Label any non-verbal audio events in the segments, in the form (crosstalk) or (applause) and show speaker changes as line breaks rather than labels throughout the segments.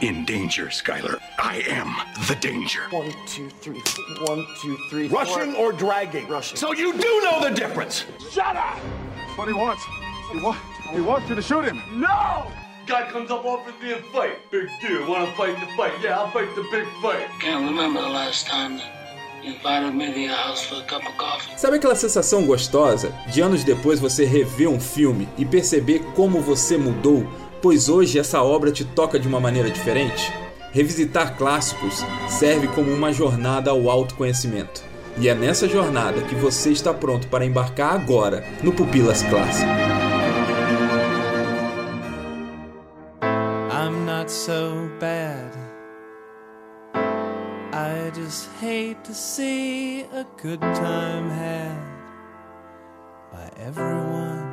in danger, Skyler. I am the danger.
One, two, three. One, two, three.
Rushing or dragging?
Rushing.
So you do know the difference.
Shut up!
That's what he wants. He, wa- he wants you to shoot him.
No! Guy comes up offers me a fight. Big deal. Want to fight the fight? Yeah, I'll fight the big fight.
Can't remember the last time that you invited me to your house for a cup of coffee.
Sabe aquela sensação gostosa de anos depois você rever um filme e perceber como você mudou, pois hoje essa obra te toca de uma maneira diferente? Revisitar clássicos serve como uma jornada ao autoconhecimento. E é nessa jornada que você está pronto para embarcar agora no Pupilas Clássico.
I'm not so bad. I just hate to see a good time had by everyone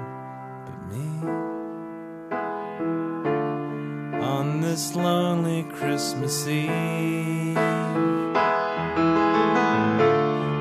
but me. On this lonely Christmas Eve,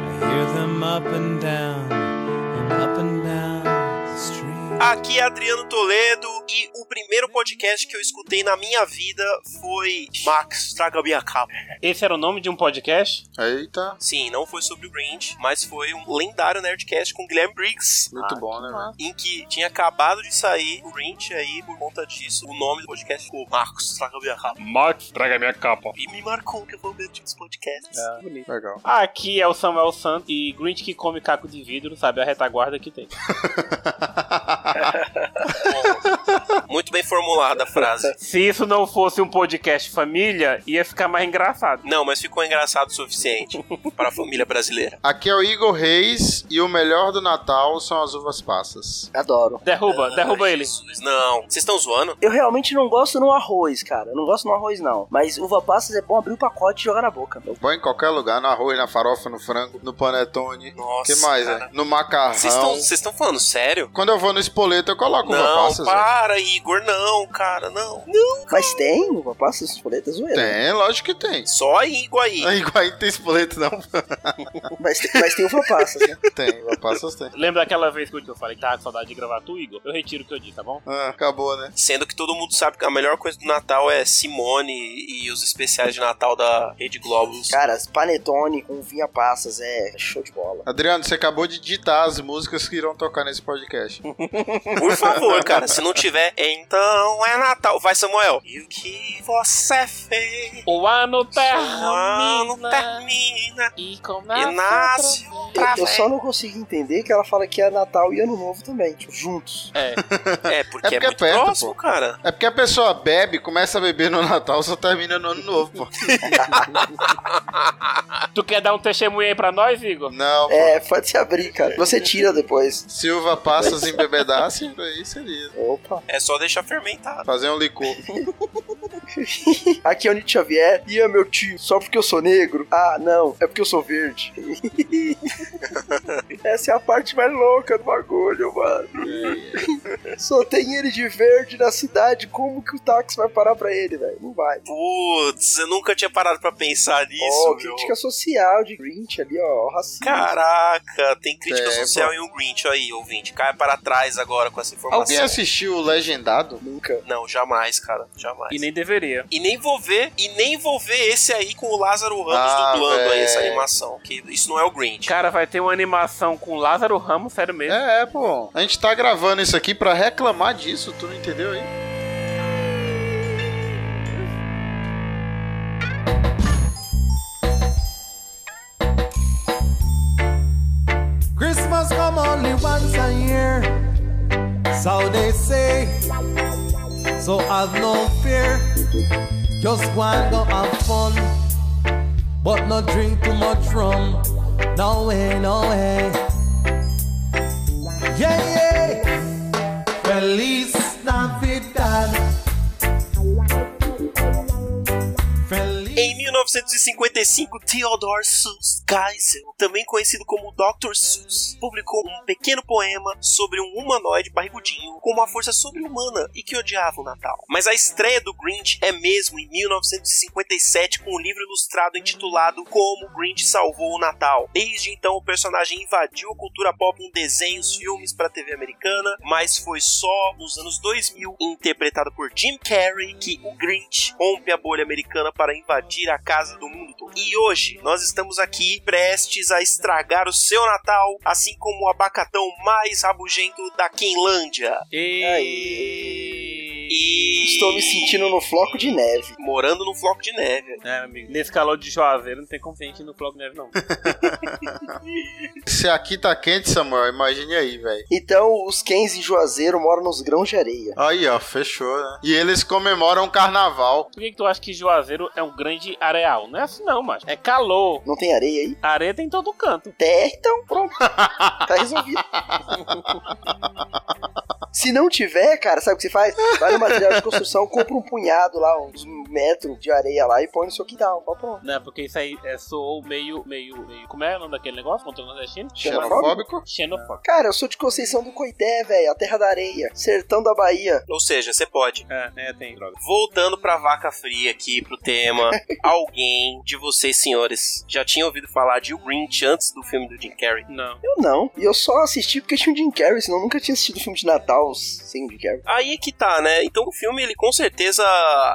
I hear them up and down and up and down the street.
Aqui é Adriano Toledo e o primeiro podcast que eu escutei na minha vida foi Max, traga minha capa.
Esse era o nome de um podcast?
Eita,
Sim, não foi sobre o Grinch, mas foi um lendário Nerdcast com Guilherme Briggs.
muito bom, né, velho?
Em que tinha acabado de sair o Grinch aí, por conta disso, o nome do podcast ficou Marcos, traga minha capa.
Max, traga minha capa.
E me marcou que eu vou ver tipo os podcasts.
É.
Bonito.
Legal.
Aqui é o Samuel Santos e Grinch que come caco de vidro, sabe a retaguarda que tem.
Muito bem formulada a frase.
Se isso não fosse um podcast família, ia ficar mais engraçado.
Não, mas ficou engraçado o suficiente para a família brasileira.
Aqui é o Igor Reis e o melhor do Natal são as uvas passas.
Adoro.
Derruba, derruba
Ai,
ele.
Jesus, Não, vocês estão zoando?
Eu realmente não gosto no arroz, cara. Eu não gosto no arroz, não. Mas uva passas é bom abrir o pacote e jogar na boca. meu.
Põe em qualquer lugar, no arroz, na farofa, no frango, no panetone.
Nossa,
que mais,
cara.
né?
Vocês estão-
No macarrão.
Vocês estão falando sério?
Quando eu vou no espoleto, eu coloco uva
Não,
passas. velho.
para, Igor, não, cara, não. Não.
Mas tem uva passas, espoleta, zoeira.
Tem, lógico que (laughs) tem.
Só Igor aí.
Em Iguaí tem espoleto, não? (laughs)
Mas, tem- mas tem uva passas, né?
tem, uva passas tem.
Lembra daquela vez que eu falei que tava com saudade de gravar tu, Igor? Eu retiro o que eu disse, tá bom?
Ah, acabou, né?
Sendo que todo mundo sabe que a melhor coisa do Natal é Simone e os especiais de Natal da Rede Globos.
Cara, panetone com vinha passas é show de bola.
Adriano, você acabou de ditar as músicas que irão tocar nesse podcast.
Por favor, cara, se não tiver, então é Natal. Vai, Samuel. E o que você fez?
O ano
O ano termina
e
e nasce outra
Tá,
Eu, eu
vez.
só não consigo entender que ela fala que é Natal e Ano Novo também, tipo, juntos.
É,
É, porque
É
é,
porque é
muito
perto,
próximo,
pô.
cara.
É porque a pessoa bebe, começa a beber no Natal, só termina no ano novo, pô.
tu quer dar um testemunho aí pra nós, Igor?
Não, pô.
É, pode se abrir, cara. Você tira depois.
Silva passas em bebedasse, aí seria.
Opa.
É só deixar fermentar.
Fazer um licor.
(laughs) Aqui é o Nietzsche Xavier e é meu tio. Só porque eu sou negro? Ah, não. É porque eu sou verde. (laughs) Essa é a parte mais louca do bagulho, mano. Só tem ele de verde na cidade. Como que o táxi vai parar pra ele, velho? Não vai.
Putz, eu nunca tinha parado pra pensar nisso,
Ó,
meu.
crítica social de Grinch ali, ó. Racismo.
Caraca, tem crítica
É,
social em um Grinch aí, ouvinte. Cai para trás agora com essa informação.
Alguém assistiu o Legendado?
Nunca.
Não, jamais, cara. Jamais.
E nem deveria.
E nem vou ver, e nem vou ver esse aí com o Lázaro Ramos
Ah,
dublando aí
véi.
essa animação. Que isso não é o Grinch.
Cara, vai ter uma animação com Lázaro Ramos, sério mesmo.
É, é, pô. A gente tá gravando isso aqui pra reclamar disso, tu não entendeu aí?
Christmas come only once a year, so they say. So have no fear, just go and go have fun, but not drink too much rum. No way, no way. Yeah, yeah. Feliz Navidad. Feliz
Em 1955, Theodore Seuss Geisel, também conhecido como Dr. Seuss, publicou um pequeno poema sobre um humanoide barrigudinho com uma força sobre-humana e que odiava o Natal. Mas a estreia do Grinch é mesmo em 1957 com um livro ilustrado intitulado Como o Grinch Salvou o Natal. Desde então, o personagem invadiu a cultura pop com desenhos, filmes para TV americana, mas foi só nos anos 2000, interpretado por Jim Carrey, que o Grinch rompe a bolha americana para invadir a casa do mundo todo. E hoje, nós estamos aqui prestes a estragar o seu Natal, assim como o abacatão mais rabugento da Quinlândia.
E...
E...
Estou me sentindo no floco de neve.
Morando no floco de neve.
É, amigo, nesse calor de Juazeiro não tem como ter gente no Floco Neve, não.
Se aqui tá quente, Samuel, imagine aí, velho.
Então, os Kens em Juazeiro moram nos grãos de areia.
Aí, ó, fechou, né? E eles comemoram o carnaval.
Por que, que tu acha que Juazeiro é um grande areal? Não é assim não, macho. É calor.
Não tem areia aí?
Areia tem em todo canto.
Até então, pronto. Tá resolvido. Se não tiver, cara, sabe o que você faz? Vai no material de construção, compra um punhado lá, uns metros de areia lá e põe no seu quintal. Ó, pronto.
Não, porque isso aí é, soou meio, meio, meio. Como é o nome daquele negócio? Contra o nordestino?
Xenofóbico?
Xenofóbico.
Cara, eu sou de Conceição do Coité, velho, a terra da areia, sertão da Bahia.
Ou seja, você pode.
É, é, tem, droga.
Voltando pra vaca fria aqui, pro tema. alguém de vocês, senhores, já tinha ouvido falar de O Grinch antes do filme do Jim Carrey?
Não.
Eu não. E eu só assisti porque tinha o Jim Carrey, senão eu nunca tinha assistido filme de Natal sem o Jim Carrey.
Aí que tá, né? Então o filme, ele com certeza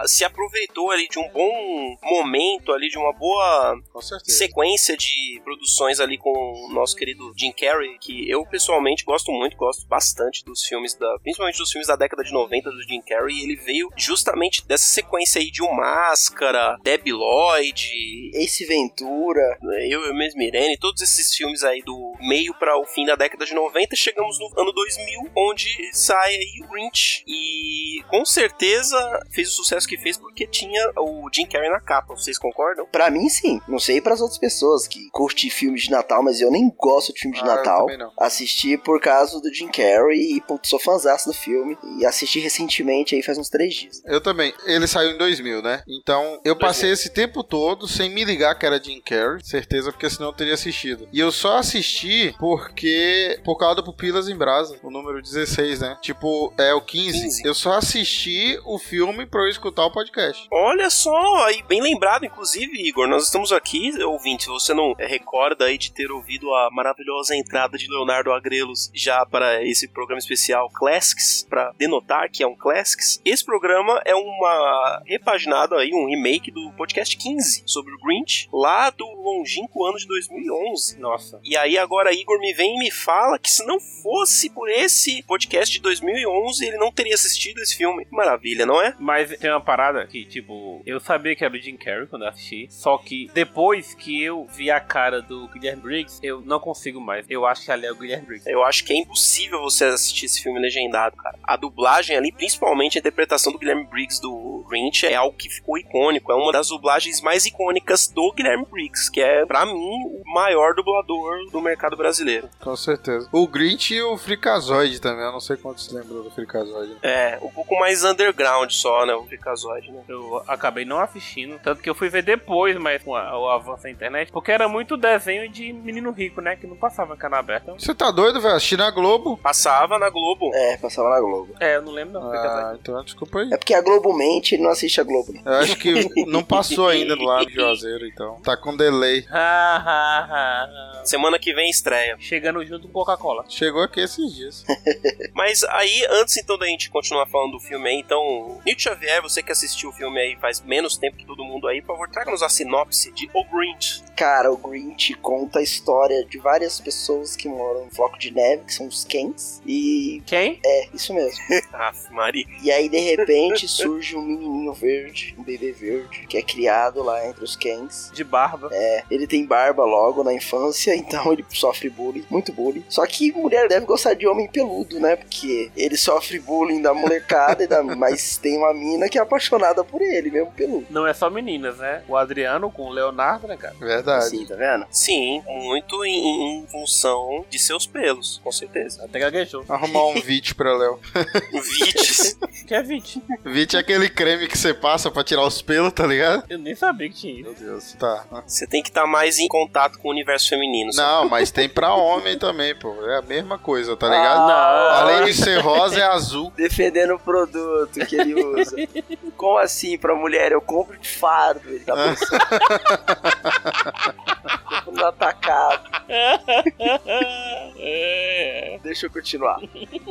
se aproveitou ali de um bom momento ali, de uma boa
Com certeza.
sequência de produções ali com o nosso querido Jim Carrey, que eu pessoalmente gosto muito, gosto bastante dos filmes da, principalmente dos filmes da década de 90 do Jim Carrey, e ele veio justamente dessa sequência aí de O Máscara, Debbie Lloyd,
Ace Ventura.
eu, eu mesmo, Irene, todos esses filmes aí do meio para o fim da década de 90, chegamos no ano 2000, onde sai aí o Grinch. E com certeza fez o sucesso que fez porque tinha o Jim Carrey na capa, vocês concordam?
Pra mim, sim. Não sei pras outras pessoas que curtem filmes de Natal, mas eu nem gosto de filme de
Ah, eu
Natal.
também não.
Assisti por causa do Jim Carrey e, putz, sou fãzaço do filme. E assisti recentemente aí faz uns três dias.
Eu também. Ele saiu em 2000, né? Então, eu passei esse tempo todo sem me ligar que era Jim Carrey. Certeza, porque senão eu teria assistido. E eu só assisti porque... Por causa do Pupilas em Brasa. O número 16, né? Tipo, é o 15.
15.
Eu só assisti o filme pra eu escutar o podcast.
Olha só, aí bem lembrado, inclusive, Igor. Nós estamos aqui, ouvinte. Se você não eh, recorda aí de ter ouvido a maravilhosa entrada de Leonardo Agrelos já para esse programa especial Classics, para denotar que é um Classics. Esse programa é uma repaginada aí, um remake do podcast 15 sobre o Grinch, lá do longínquo ano de 2011.
Nossa.
E aí agora Igor me vem e me fala que se não fosse por esse podcast de 2011, ele não teria assistido esse filme. Maravilha, não é?
Mas tem uma parada que, tipo, eu sabia que era o Jim Carrey quando eu assisti. Só que depois que eu vi a cara do Guilherme Briggs, eu não consigo mais. Eu acho que ali é o Guilherme Briggs.
Eu acho que é impossível você assistir esse filme legendado, cara. A dublagem ali, principalmente a interpretação do Guilherme Briggs do Grinch, é algo que ficou icônico. É uma das dublagens mais icônicas do Guilherme Briggs, que é, pra mim, o maior dublador do mercado brasileiro.
Com certeza. O Grinch e o Frikazoid também. Eu não sei quantos lembram do Frikazoid.
É, um pouco mais underground só, né? O Freakazoid, né?
Eu acabei não assistindo, tanto que eu fui ver depois, mas com a- o avanço da internet, porque era muito desenho de menino rico, né? Que não passava em canal aberto.
Você tá doido, velho? Assisti na Globo.
Passava na Globo.
É, passava na Globo.
É, eu não lembro não.
Ah, então desculpa aí.
É porque a Globo mente ele não assiste a Globo. né?
Eu acho que não passou ainda do lado de Juazeiro, então. Tá com delay.
Ha, ha, ha, ha.
Semana que vem estreia.
(laughs) Chegando junto com Coca-Cola.
Chegou aqui esses dias.
Mas aí, antes então da gente continuar falando do filme aí, então, Nietzsche Xavier, você que assistiu o filme aí faz menos tempo que todo mundo aí, por favor, traga-nos a sinopse de O Grinch.
Cara, o Grinch conta a história de várias pessoas que moram no floco de neve, que são os Kens. E
Quem?
é, isso mesmo.
Aff, Maria.
E aí, de repente, (laughs) surge um menininho verde, um bebê verde, que é criado lá entre os Kens.
De barba.
É, ele tem barba logo na infância, (laughs) então ele sofre bullying, muito bullying. Só que mulher deve gostar de homem peludo, né? Porque ele sofre bullying da molecada, e da... (laughs) mas tem uma mina que é apaixonada por ele, mesmo peludo.
Não é só meninas, né? O Adriano com o Leonardo, né, cara?
Verdade.
Assim, tá vendo?
Sim, muito em, em função de seus pelos, com certeza.
(laughs)
Até gaguejou.
Arrumar um Vit pra Léo.
Vites.
Que é 20.
Vit é aquele creme creme que você passa pra tirar os pelos, tá ligado?
Eu nem sabia que tinha isso.
Meu Deus, tá.
Você tem que estar mais em contato com o universo feminino. sabe?
Não, mas tem pra homem também, pô. É a mesma coisa, tá
Ah,
ligado? Além de ser rosa, é azul.
Defendendo o produto que ele (laughs) usa. Como assim pra mulher? Eu compro de fardo, ele tá pensando. compro no atacado.
(laughs) É.
Deixa eu continuar.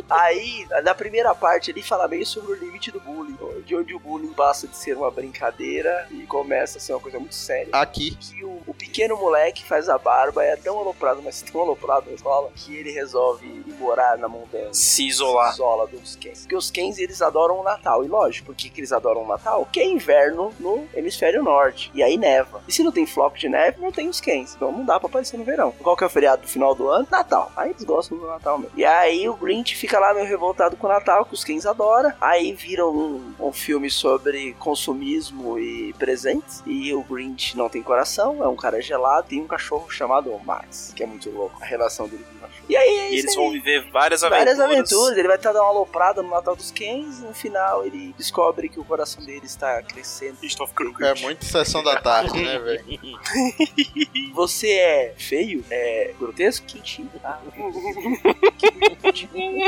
Aí, na primeira parte, ele fala meio sobre o limite do bullying. De onde o bullying passa de ser uma brincadeira e começa a ser uma coisa muito séria.
Aqui.
que o, o pequeno moleque faz a barba, é tão aloprado, mas tão aloprado na escola, que ele resolve ir morar na montanha.
Se isolar.
Se isola dos Kens. Porque os Kens, eles adoram o Natal. E lógico, por que, que eles adoram o Natal? Porque é inverno no hemisfério norte. E aí neva. E se não tem floco de neve, não tem os Kens. Então não dá pra aparecer no verão. Qual que é o feriado do final do ano? Natal. Aí eles gostam do Natal mesmo. E aí o Grinch fica lá meio revoltado com o Natal, que os Kens adoram. Aí viram um, um filme sobre consumismo e presentes. E o Grinch não tem coração, é um cara gelado. Tem um cachorro chamado Max, que é muito louco. A relação dele com o cachorro. E aí é
E
isso
eles
aí.
vão viver várias aventuras.
Várias aventuras, ele vai estar dando uma aloprada no Natal dos Kens, no final ele descobre que o coração dele está crescendo.
Christoph Krug.
É muito sessão da
(laughs)
tarde, né, velho?
Você é feio? É grotesco? Quintinho.
(laughs)
Ah,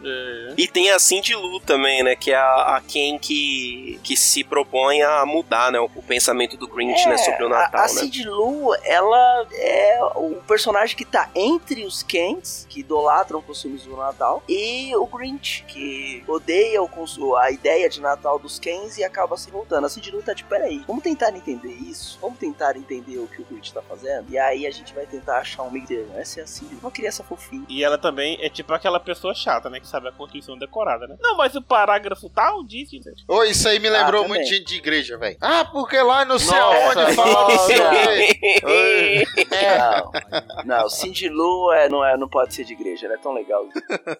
né?
E tem a Cindy Lu também, né? Que é a, a quem que, que se propõe a mudar, né? O, o pensamento do Grinch, né? Sobre o Natal,
É, a, a
né?
Cid Lu, ela é o personagem que tá entre os Kents, que idolatram o consumismo do Natal, e o Grinch, que odeia o consu- a ideia de Natal dos Kents e acaba se voltando. A Cid Lu tá tipo, peraí, vamos tentar entender isso? Vamos tentar entender o que o Grinch tá fazendo? E aí a gente vai tentar achar um meio termo. Essa é a Cid Lu, uma criança
(laughs)
fofinha.
E ela também é tipo aquela pessoa chata, né? Que sabe a Constituição decorada, né? Não, mas o parágrafo tal diz que.
Ô, isso aí me lembrou
Ah, também.
muito gente de igreja, velho. Ah, porque lá não sei
Nossa,
aonde fala não sei o
nossa.
quê. Oi. É.
Não, não, Cindy Lou é, não, é, não pode ser de igreja, ela é tão legal.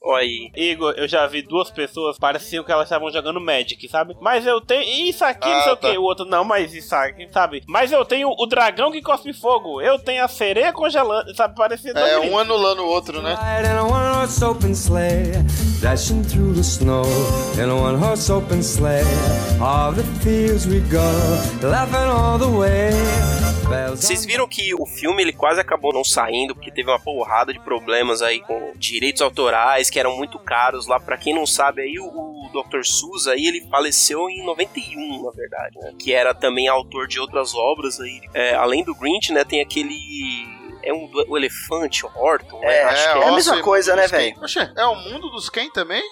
Olha aí.
Igor, eu já vi duas pessoas, pareciam que elas estavam jogando Magic, sabe? Mas eu tenho. e Isso aqui, não
Ah,
sei
tá.
o quê. O outro, não, mas isso aqui, sabe? Mas eu tenho o dragão que cospe fogo. Eu tenho a sereia congelando, sabe? Parecendo.
É um anulando o outro, né?
Ride in a one horse open sleigh, dashing through the snow. In a one horse open sleigh, all the fields we go, laughing all the way. Bells
Vocês
on-
viram que o filme ele quase acabou não saindo porque teve uma porrada de problemas aí com direitos autorais que eram muito caros lá. Pra quem não sabe, aí o, o Dr. Seuss aí ele faleceu em 91, na verdade, né? que era também autor de outras obras aí. É, além do Grinch, né, tem aquele é um do- o elefante, o Horton, né?
É, acho que é a
ó,
mesma
você-
coisa, né,
dos
velho?
Ken. Oxê, é o mundo dos quem também?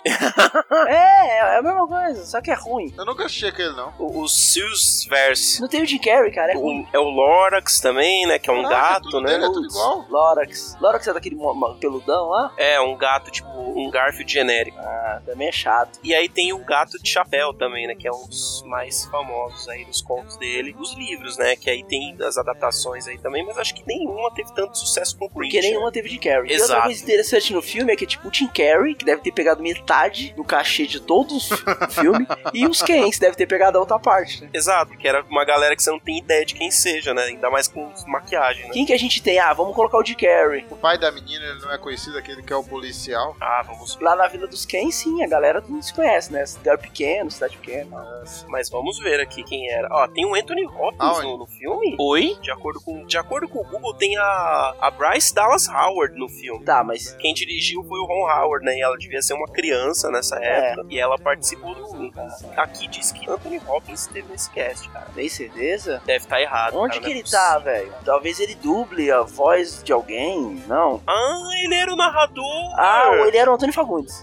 É, é a mesma coisa, só que é ruim.
Eu nunca achei aquele, não.
o, o Seuss verse.
Não tem o Jim Carrey, cara, é ruim.
O- é o Lorax também, né? Que é um
Caraca,
gato,
tudo
né?
dele é tudo igual.
Lorax. Lorax é daquele mo- mo- peludão lá?
É, um gato, tipo, um Garfield genérico.
Ah, também é chato.
E aí tem o Gato de Chapéu também, né? Que é um dos mais famosos aí dos contos dele. Os livros, né? Que aí tem as adaptações aí também, mas acho que nenhuma teve tanto sucesso com o Grinch. né?
Porque nenhuma teve Jim Carrey. E outra
Exato.
coisa interessante no filme é que, tipo, o Jim Carrey, que deve ter pegado metade do cachê de todo o fi- filme, (laughs) e os Kens deve ter pegado a outra parte, né?
Exato, que era uma galera que você não tem ideia de quem seja, né? Ainda mais com maquiagem, né?
Quem que a gente tem? Ah, vamos colocar o Jim Carrey.
O pai da menina, ele não é conhecido, aquele que é o policial.
Ah, vamos ver.
Lá na Vila dos Kens, sim, a galera todo mundo se conhece, né? Cidade pequena, cidade pequena.
Mas vamos ver aqui quem era. Ó, tem o Anthony Hopkins
Aonde?
no, no filme.
Oi?
De acordo, com, de acordo com o Google, tem a, a Bryce Dallas Howard no filme.
Tá, mas
Quem dirigiu foi o Ron Howard, né? E ela devia ser uma criança nessa
É.
época. E ela participou do filme. Aqui diz que Anthony Hopkins esteve nesse cast, cara.
tem certeza?
Deve estar errado.
Onde
cara,
que
não é
ele tá, velho? Talvez ele duble a voz de alguém? Não.
possível. Ah, ele era o narrador.
Ah, ele era o Antônio Fagundes.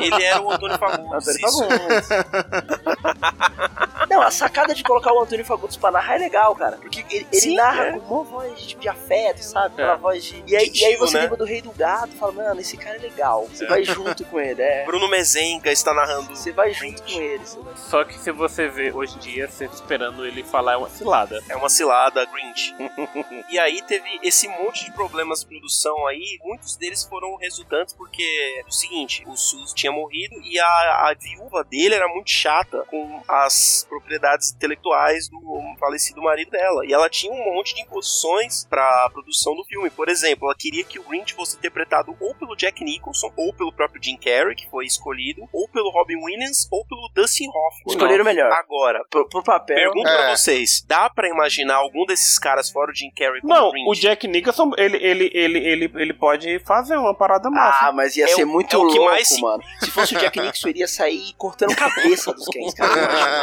Ele era o Antônio Fagundes.
Antônio (laughs)
isso.
Fagundes. Não, a sacada de colocar o Antônio Fagundes pra narrar é legal, cara. Porque ele, ele
Sim,
narra
é.
com uma voz tipo, de afeto, sabe?
É.
Aquela voz de. E aí, e aí
Tio,
você
né?
lembra do Rei do Gato e fala, mano, esse cara é legal. Você vai junto com ele, é.
Bruno Mezenga está narrando.
Você vai junto com ele. você vai-
Só que se você vê hoje em dia, sempre esperando ele falar é uma cilada.
É uma cilada, Grinch. e aí teve esse monte de problemas de produção aí. Muitos deles foram resultantes porque é o seguinte, o SUS tinha morrido e a, a viúva dele era muito chata com as propriedades intelectuais do falecido marido dela. E ela tinha um monte de imposições para a produção do filme. Por exemplo, ela queria que o Grinch fosse interpretado ou pelo Jack Nicholson, ou pelo próprio Jim Carrey, que foi escolhido, ou pelo Robin Williams, ou pelo Dustin Hoffman.
Escolheram o melhor.
Agora,
Pro, pro papel.
pergunto
É.
pra vocês, dá pra imaginar algum desses caras fora o Jim Carrey como
Não,
Grinch?
o Jack Nicholson, ele, ele, ele, ele, ele pode fazer uma parada massa.
Ah, mas ia
É
ser
o-
muito
é o que
louco,
mais se-
mano. Se fosse o Jack Nixon, iria sair cortando cabeça dos cães, cara.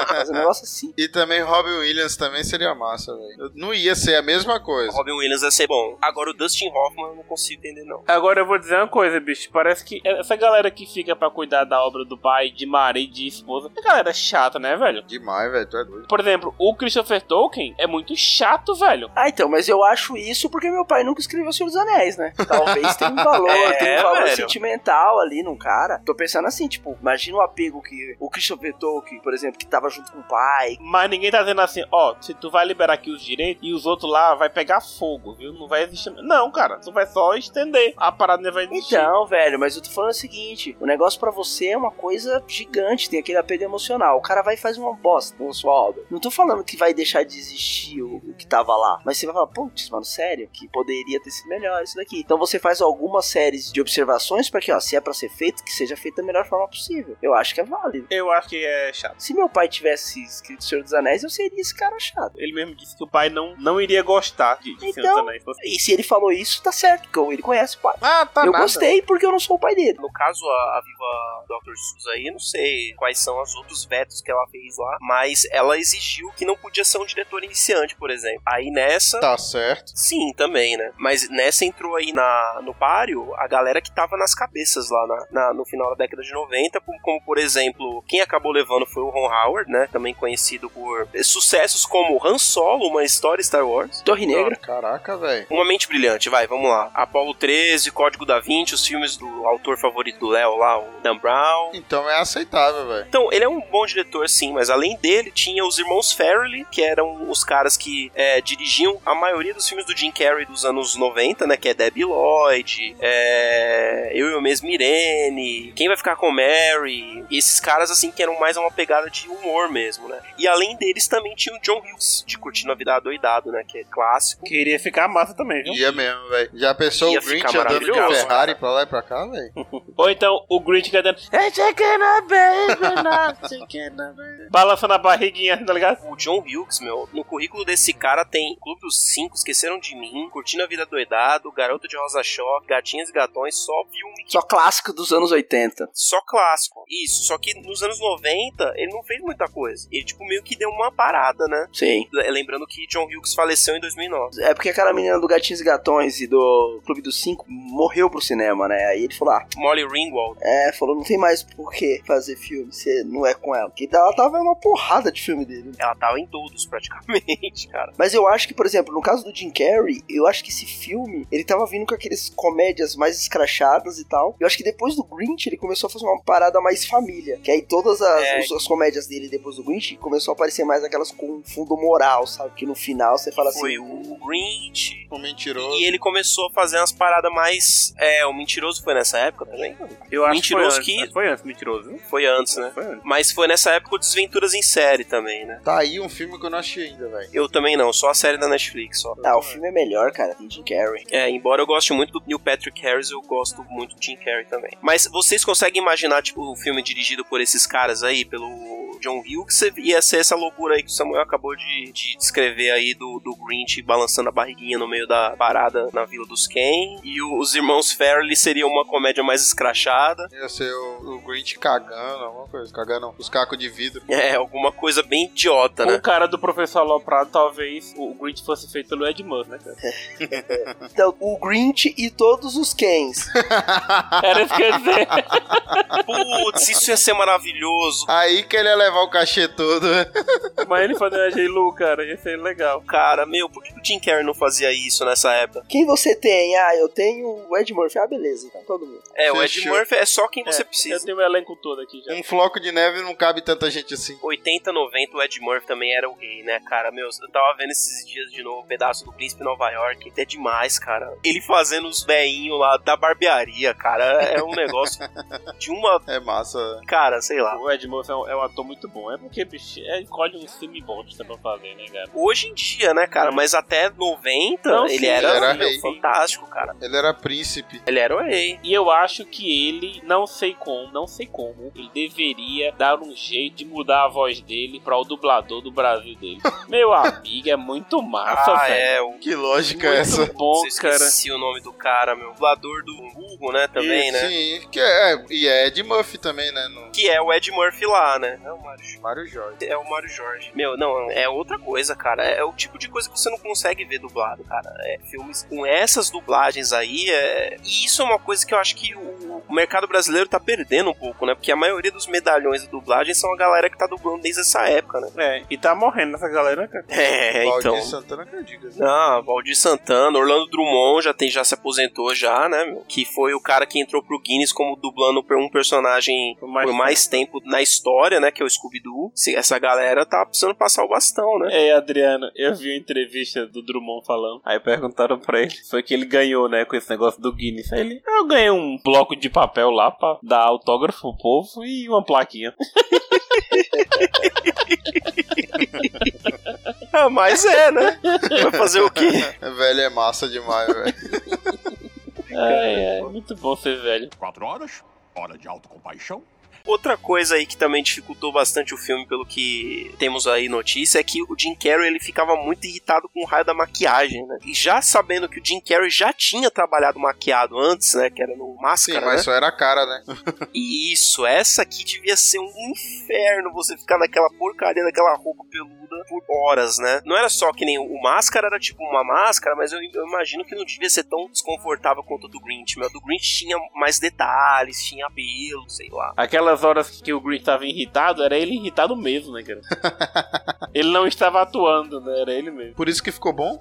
Mas um negócio assim.
E também Robin Williams também seria massa, velho. Não ia ser a mesma coisa.
Robin Williams ia ser bom. Agora o Dustin Hoffman eu não consigo entender, não.
Agora eu vou dizer uma coisa, bicho. Parece que essa galera que fica pra cuidar da obra do pai, de marido, de esposa, é galera chata, né, velho?
Demais, velho. Tu é doido.
Por exemplo, o Christopher Tolkien é muito chato, velho.
Ah, então, mas eu acho isso porque meu pai nunca escreveu O Senhor dos Anéis, né? Talvez tenha um valor,
(laughs) É,
tenha um valor
velho.
sentimental ali num cara. Tô pensando assim, tipo, imagina o apego que o Christopher Tolkien, por exemplo, que tava junto com o pai.
Mas ninguém tá dizendo assim, ó, se tu vai liberar aqui os direitos e os outros lá vai pegar fogo, viu? Não vai existir. Não, cara, tu vai só estender. A parada não vai existir.
Então, velho, mas eu tô falando o seguinte: o negócio pra você é uma coisa gigante, tem aquele apego emocional. O cara vai e faz uma bosta na sua obra. Não tô falando que vai deixar de existir o, o que tava lá, mas você vai falar, putz, mano, sério, que poderia ter sido melhor isso daqui. Então você faz algumas séries de observações pra que, ó, se é pra ser feito, que seja feito da melhor forma possível. Eu acho que é válido.
Eu acho que é chato.
Se meu pai tivesse escrito Senhor dos Anéis, eu seria esse cara chato.
Ele mesmo disse que o pai não, não iria gostar de, de Senhor dos
Então,
Anéis.
E se ele falou isso, tá certo, porque ele conhece o pai.
Ah, tá
eu
nada.
gostei porque eu não sou o pai dele.
No caso, a, a Viva Dr. Seuss aí, não sei quais são os outros vetos que ela fez lá, mas ela exigiu que não podia ser um diretor iniciante, por exemplo. Aí nessa.
Tá certo.
Sim, também, né? Mas nessa entrou aí na, no páreo a galera que tava nas cabeças lá na, na- no final da década de 90, como, como, por exemplo, quem acabou levando foi o Ron Howard, né? Também conhecido por eh, sucessos como Han Solo, uma história Star Wars.
Torre Negra.
Caraca, velho.
Uma mente brilhante, vai, vamos lá. Apolo 13, Código da Vinci, os filmes do autor favorito do Léo lá, o Dan Brown.
Então é aceitável, velho.
Então, ele é um bom diretor, sim, mas além dele, tinha os irmãos Farrelly, que eram os caras que é, dirigiam a maioria dos filmes do Jim Carrey dos anos 90, né? Que é Debbie Lloyd, é, Eu e Eu Mesmo Irene, Quem Vai Ficar com Mary. E esses caras, assim, que eram mais uma pegada de humor mesmo, né? E além deles, também tinha o John Hughes, de Curtindo a Vida Adoidado, né? Que é clássico.
Queria ficar massa também, viu?
Ia mesmo, velho. Já pensou
Ia
o Grinch
ficar
andando de
maravilhoso,
Ferrari pra lá e pra cá, velho?
Ou então o Grinch cantando "Hey, chicken a baby, not chicken a baby", Balançando a barriguinha, (laughs) tá ligado?
O John Hughes, meu, no currículo desse cara tem Clube dos Cinco, Esqueceram de Mim, Curtindo a Vida Doidado, Garoto de Rosa Choque, Gatinhas e Gatões, só filme
Só clássico dos anos 80.
só clássico. Isso, só que nos anos 90 ele não fez muita coisa. Ele, tipo, meio que deu uma parada, né?
Sim.
Lembrando que John Hughes faleceu em 2009.
É porque aquela menina do Gatinhos e Gatões e do Clube dos Cinco morreu pro cinema, né? Aí ele falou, ah,
Molly Ringwald.
é, falou, não tem mais por que fazer filme se não é com ela. Porque ela tava em uma porrada de filme dele. né?
Ela tava em todos, praticamente, (laughs) cara.
Mas eu acho que, por exemplo, no caso do Jim Carrey, eu acho que esse filme, ele tava vindo com aqueles comédias mais escrachadas e tal. Eu acho que depois do Grinch, ele começou a fazer uma parada mais família. Que aí todas as,
É.
os- as comédias dele depois do Grinch começou a aparecer mais aquelas com fundo moral, sabe? Que no final você fala assim.
Foi o Grinch.
Um mentiroso.
E ele começou a fazer umas paradas mais. É, o mentiroso foi nessa época também?
Eu acho
Mentiroso
que foi antes,
que-
foi antes mentiroso. né?
Foi antes, né?
Foi antes.
Mas foi nessa época o Desventuras em série também, né?
Tá aí um filme que eu não achei ainda, velho.
Eu também não, só a série da Netflix, só. Tá,
Ah, o filme é melhor, cara, tem Jim Carrey.
É, embora eu goste muito do Neil Patrick Harris, eu gosto muito do Jim Carrey também. Mas vocês conseguem imaginar, tipo, o filme dirigido por esses caras aí, pelo John Hughes, ia ser essa loucura aí que o Samuel acabou de, de descrever aí do, do Grinch balançando a barriguinha no meio da parada na Vila dos Ken. E o- os irmãos Farrelly seria uma comédia mais escrachada.
Ia ser o, o Grinch cagando, alguma coisa. Cagando os cacos de vidro. (laughs)
É, alguma coisa bem idiota,
Com
né?
o cara do professor Aloprado, talvez o Grinch fosse feito pelo Ed Murphy, né, cara?
Então, o Grinch e todos os Kens.
Era isso que eu ia dizer.
(laughs) Putz, isso ia ser maravilhoso.
Aí que ele ia levar o cachê todo. né?
Mas ele fazendo a J. Lu, cara, ia ser legal.
Cara, meu, por que o Jim Carrey não fazia isso nessa época.
Quem você tem? Ah, eu tenho o Ed Murphy. Ah, beleza, então todo mundo.
É, o Ed
Fechou.
Murphy é só quem você
É, Eu
precisa.
tenho o elenco todo aqui já.
Então.
Um floco de neve não cabe tanta gente assim.
80, 90, o Ed Murphy também era o rei, né, cara? Meu, eu tava vendo esses dias de novo o pedaço do Príncipe Nova York. É demais, cara. Ele fazendo os veinhos lá da barbearia, cara. É um
(laughs)
negócio de uma.
É massa.
Cara, sei lá.
O Ed Murphy é um, é um ator muito bom. É porque, bicho, é, escolhe um filme bom de pra fazer, né, cara?
Hoje em dia, né, cara? Mas até 90,
Não,
Então, ele
sim,
era,
ele era
meu,
rei.
fantástico, cara.
Ele era príncipe.
Ele era o rei.
E eu acho que ele, não sei como, não sei como, ele deveria dar um jeito de mudar a voz dele pra o dublador do Brasil
(laughs)
dele. Meu amigo, é muito massa,
ah,
velho.
é, o
Que lógica é essa?
Muito bom,
Você
cara.
esqueci o nome do cara, meu. Dublador do Hugo, né, também, né?
Sim, que é, e é Ed Murphy também, né? No
Que é o Ed Murphy lá, né? É o Mário
Mário Jorge.
É o Mário Jorge. Meu, não, é outra coisa, cara. É o tipo de coisa que você não consegue ver dublado, cara. É, filmes com essas dublagens aí, é... e isso é uma coisa que eu acho que o, o mercado brasileiro tá perdendo um pouco, né? Porque a maioria dos medalhões da dublagem são a galera que tá dublando desde essa época, né?
É, e tá morrendo essa galera, cara.
É,
Valdir
então.
Santana que eu diga. né?
Ah, Valdir Santana, Orlando Drummond já tem já se aposentou já, né? meu? Que foi o cara que entrou pro Guinness como dublando per- um personagem por
Por
mais,
mais
tempo na história, né? Que é o Scooby Doo. Essa galera tá precisando passar o bastão, (laughs) né?
É, Adriano, eu vi uma entrevista do Drummond falando. Aí perguntaram pra ele. Foi que ele ganhou, né, com esse negócio do Guinness. Aí ele, ah, eu ganhei um bloco de papel lá pra dar autógrafo pro povo e uma
(laughs)
plaquinha.
Ah, mas é, né? Vai fazer o quê?
Velho, é massa demais,
(laughs)
velho.
Ai, ai, muito bom ser velho.
Quatro horas, hora de autocompaixão.
Outra coisa aí que também dificultou bastante o filme, pelo que temos aí notícia, é que o Jim Carrey ele ficava muito irritado com o raio da maquiagem, né? E já sabendo que o Jim Carrey já tinha trabalhado maquiado antes, né? Que era no
Sim,
Máscara,
mas
né?
só era a cara, né?
E isso, essa aqui devia ser um inferno você ficar naquela porcaria daquela roupa peluda por horas, né? Não era só que nem o Máscara era tipo uma máscara, mas eu, eu imagino que não devia ser tão desconfortável quanto o do Grinch, meu. O do Grinch tinha mais detalhes, tinha pelo, sei lá.
Aquelas horas que o Grinch tava irritado, era ele irritado mesmo, né, cara? ele não estava atuando, né? Era ele mesmo.
Por isso que ficou bom.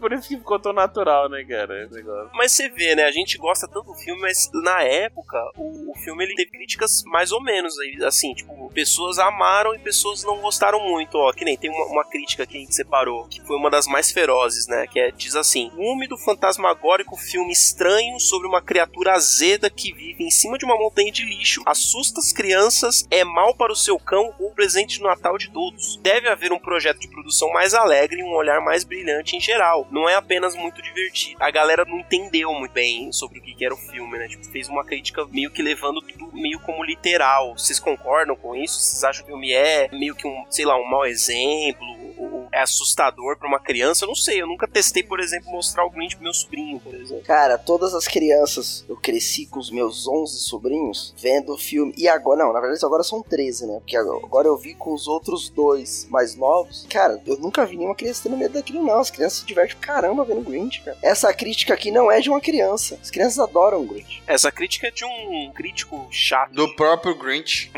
Por isso que ficou tão natural, né, cara? Esse negócio.
Mas você vê, né? A gente gosta tanto do filme, mas na época o, o filme ele teve críticas mais ou menos aí, assim, tipo, pessoas amaram e pessoas não gostaram muito, ó. Que nem tem uma, uma crítica que a gente separou, que foi uma das mais ferozes, né? Que é, diz assim: úmido fantasmagórico filme estranho sobre uma criatura azeda que vive em cima de uma montanha de lixo, assusta as crianças, é mal para o seu cão ou presente de Natal de todos. Deve haver um projeto de produção mais alegre e um olhar mais brilhante em geral. Não é apenas muito divertido. A galera não entendeu muito bem sobre o que que era o filme, né? Tipo, fez uma crítica meio que levando tudo meio como literal. Vocês concordam com isso? Vocês acham que o filme é meio que um, sei lá, um mau exemplo? Ou É assustador pra uma criança? Eu não sei. Eu nunca testei, por exemplo, mostrar o Grinch pro meu sobrinho, por
(laughs)
exemplo.
Cara, todas as crianças, eu cresci com os meus 11 sobrinhos vendo o filme. E agora, não, na verdade eles agora são 13, né? Porque agora eu vi com os outros dois mais novos. Cara, eu nunca vi nenhuma criança tendo medo daquilo, não. As crianças se divertem pra caramba vendo Grinch, cara. Essa crítica aqui não é de uma criança. As crianças adoram Grinch.
Essa crítica é de um crítico chato.
Do próprio Grinch.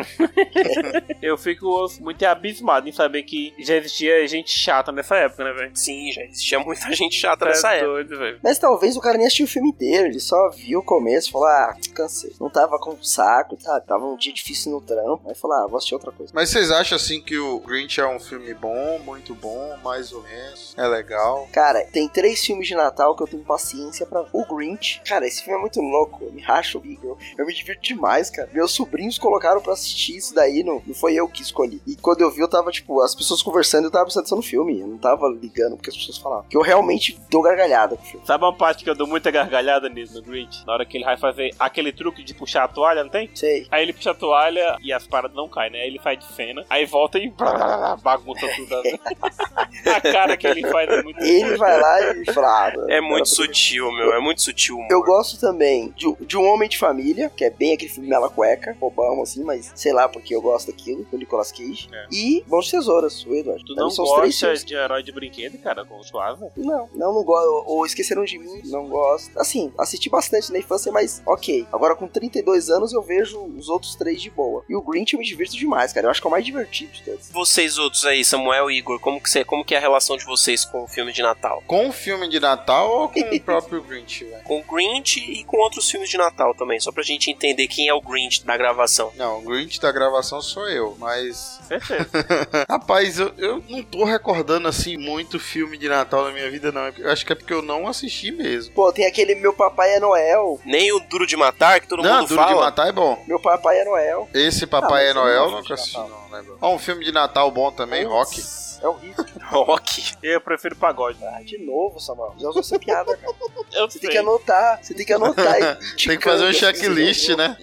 Eu fico muito abismado em saber que já existia gente chata nessa época, né, velho?
Sim, assim, já existia muita (laughs) gente chata nessa
Tá
época.
doido, velho.
Mas talvez o cara nem assistiu o filme inteiro, ele só viu o começo e falou: ah, cansei. Não tava com saco, tá? Tava um dia difícil no trampo. Aí falou: ah, vou assistir outra coisa.
Mas vocês acham assim que o Grinch é um filme bom, muito bom, mais ou menos? É legal.
Cara, tem três filmes de Natal que eu tenho paciência pra ver. O Grinch. Cara, esse filme é muito louco. Eu me racho o bico. Eu, eu me divirto demais, cara. Meus sobrinhos colocaram pra assistir isso daí. Não, não foi eu que escolhi. E quando eu vi, eu tava, tipo, as pessoas conversando eu tava prestando atenção no filme. Eu não tava ligando porque as pessoas falavam. Que eu realmente dou gargalhada com o filme.
Sabe uma parte que eu dou muita gargalhada nisso no Grinch? Na hora que ele vai fazer aquele truque de puxar a toalha, não tem?
Sei.
Aí ele puxa a toalha e as paradas não caem, né? Aí ele sai de cena, aí volta e (laughs) bagunça tudo. né? a cara que ele faz é muito.
Ele vai lá e fala. ah,
É muito
era pra-
sutil, meu. É muito sutil.
Eu gosto também de, de Um Homem de Família, que é bem aquele filme Mela Cueca, bobão assim, mas sei lá porque eu gosto daquilo, do Nicolas Cage. E Bons Tesouras, o Eduardo.
É. Tu
Pra
não
mim são os três
gosta de herói de brinquedo, cara, com o Schwarza?
Não, não, não gosto. Ou- Ou esqueceram de mim, não gosto. Assim, assisti bastante na infância, mas ok. Agora com 32 anos eu vejo os outros três de boa. E o Grinch eu me divirto demais, cara. Eu acho que é o mais divertido de todos.
Vocês outros aí, Samuel e Igor, como que, cê, como que é a relação de vocês com o filme de Natal?
Com o filme de Natal ou com
(laughs)
o próprio Grinch, velho?
Com o Grinch e com outros filmes de Natal também, só pra gente entender quem é o Grinch da gravação.
Não, o Grinch da gravação sou eu, mas.
Certeza.
(laughs) Rapaz, eu, eu não tô recordando assim muito filme de Natal na minha vida, não. Eu acho que é porque eu não assisti mesmo.
Pô, tem aquele Meu Papai é Noel.
Nem o Duro de Matar, que todo
não,
mundo
Duro
fala.
de Matar é bom.
Meu Papai é Noel.
Esse Papai
Ah, mas
é
eu não
Noel
gosto de
nunca assisti,
Natal.
não, né, bro? Ó, um filme de Natal bom também, rock.
É horrível.
(laughs)
Rock.
Eu prefiro pagode.
Ah, de novo, Samuel. Já usou essa piada, cara.
Eu
Você
sei.
tem que anotar. Você tem que anotar.
(laughs)
assim,
Tem que fazer um checklist, né?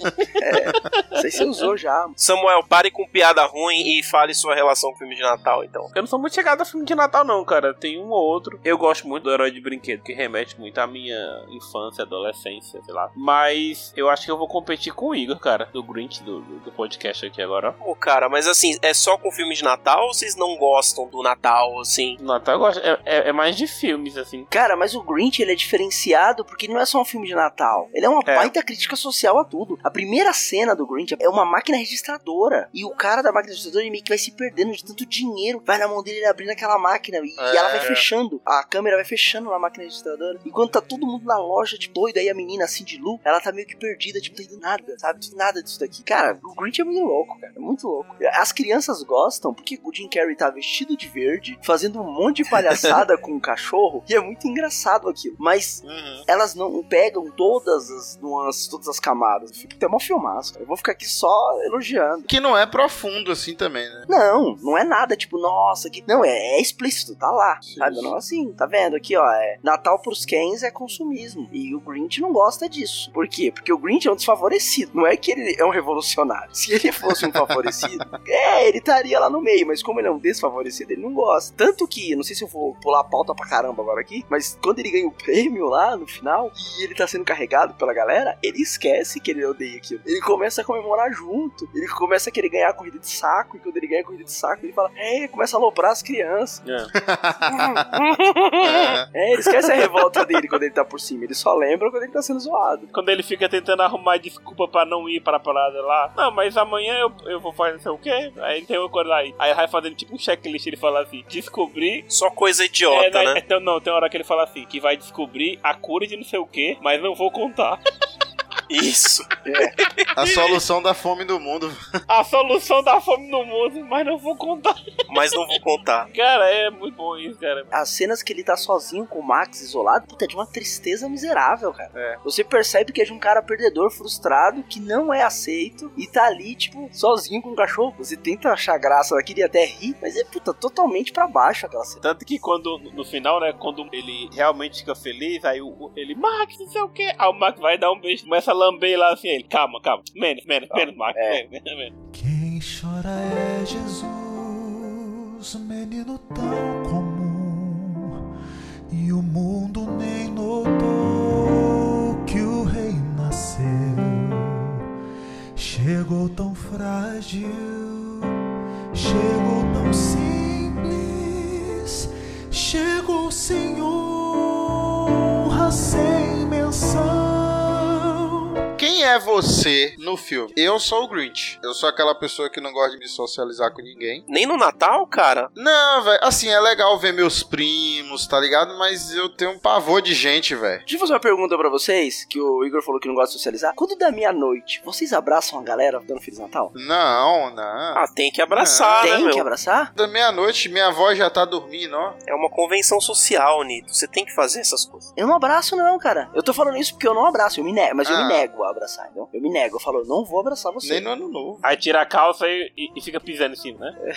Não sei se você usou já.
Samuel, pare com piada ruim e fale sua relação com o filme de Natal, então.
Eu não sou muito chegado a filme de Natal, não, cara. Tem um ou outro. Eu gosto muito do Herói de Brinquedo, que remete muito à minha infância, adolescência, sei lá. Mas eu acho que eu vou competir com o Igor, cara, do Grinch, do, do do podcast aqui agora.
Pô, cara, mas assim, é só com filme de Natal ou vocês não gostam do Natal, assim?
Natal eu gosto. É, é- é mais de filmes, assim.
Cara, mas o Grinch ele é diferenciado porque ele não é só um filme de Natal. Ele é uma
É.
baita crítica social a tudo. A primeira cena do Grinch é uma máquina registradora. E o cara da máquina registradora ele meio que vai se perdendo de tanto dinheiro. Vai na mão dele ele abrindo aquela máquina e, e ela vai
É.
fechando. A câmera vai fechando na máquina registradora. E quando tá todo mundo na loja, tipo, doido, aí a menina assim de Lu, ela tá meio que perdida, tipo, não tá indo nada, sabe? Não tem nada disso daqui. Cara, o Grinch é muito louco, cara. É muito louco. As crianças gostam porque o Jim Carrey tá vestido de verde, fazendo um monte de palhaçada com o cachorro. E é muito engraçado aquilo. Mas elas não pegam todas as nuances, todas as camadas. Fica até mó filmaço, cara. Eu vou ficar aqui só elogiando.
Que não é profundo assim também,
(laughs)
né?
Não, não é nada, tipo, nossa, que. Não, é, é explícito, tá lá. sabe? Não é assim, tá vendo? Aqui, ó, é Natal pros Kens é consumismo. E o Grinch não gosta disso. Por quê? Porque o Grinch é um desfavorecido. Não é que ele é um revolucionário. Se ele fosse um favorecido, é, ele estaria lá no meio. Mas como ele é um desfavorecido, ele não gosta. Tanto que, não sei se eu vou pular a pauta pra caramba agora aqui, mas quando ele ganha o prêmio lá no final, e ele tá sendo carregado pela galera, ele esquece que ele odeia aquilo. Ele começa a comemorar junto, ele começa a querer ganhar a corrida de saco, e quando ele ganha a corrida de saco, ele fala, é, começa a aloprar as crianças.
É.
É.
É, ele esquece a revolta (laughs) dele quando ele tá por cima, ele só lembra quando ele tá sendo zoado.
Quando ele fica tentando arrumar desculpa pra não ir para a parada lá. Não, mas amanhã eu, eu vou fazer não sei o quê. Aí tem uma coisa lá. Aí Aí vai fazendo tipo um checklist. Ele fala assim: descobrir
Só coisa
É, (laughs)
idiota,
na-
né?
Então, não, tem uma hora que ele fala assim, que vai descobrir a cura de não sei o que, mas não vou contar.
Isso.
A solução da fome do mundo.
A solução da fome no mundo, mas não vou contar.
Mas não
(laughs)
vou contar.
Cara, é muito bom isso, cara.
As cenas que ele tá sozinho com o Max isolado, puta, é de uma tristeza miserável, cara. Você percebe que é de um cara perdedor, frustrado, que não é aceito e tá ali, tipo, sozinho com o cachorro. Você tenta achar graça daquilo e até rir, mas é, puta, totalmente pra baixo aquela cena.
Tanto que quando, no final, né, quando ele realmente fica feliz, aí o- o- ele, Max, não sei o que. Aí o Max vai dar um beijo, começa a lamber lá assim, ele, calma, calma, menos, menos, menos, Max,
é.
menos, menos, menos.
Quem chora é Jesus, menino tão comum, e o mundo nem notou que o rei nasceu. Chegou tão frágil, chegou tão simples, chegou sem honra, sem menção.
Quem é você no filme? Eu sou o Grinch. Eu sou aquela pessoa que não gosta de me socializar com ninguém.
Nem no Natal, cara?
Não, velho. Assim, é legal ver meus primos, tá ligado? Mas eu tenho um pavor de gente, velho.
Deixa eu fazer uma pergunta pra vocês, que o Igor falou que não gosta de socializar. Quando da meia-noite, vocês abraçam a galera dando Feliz Natal?
Não, não.
Ah, tem que abraçar, né,
Tem que
meu?
abraçar?
Da meia-noite, minha avó já tá dormindo, ó.
É uma convenção social, Nito. Você tem que fazer essas coisas.
Eu não abraço, não, cara. Eu tô falando isso porque eu não abraço, eu me nego, mas eu
Ah.
me nego a abraçar, entendeu? Eu me nego, eu falo, eu não vou abraçar você.
Nem no ano novo.
Aí tira a calça e, e- e fica pisando em cima,
(laughs)
né?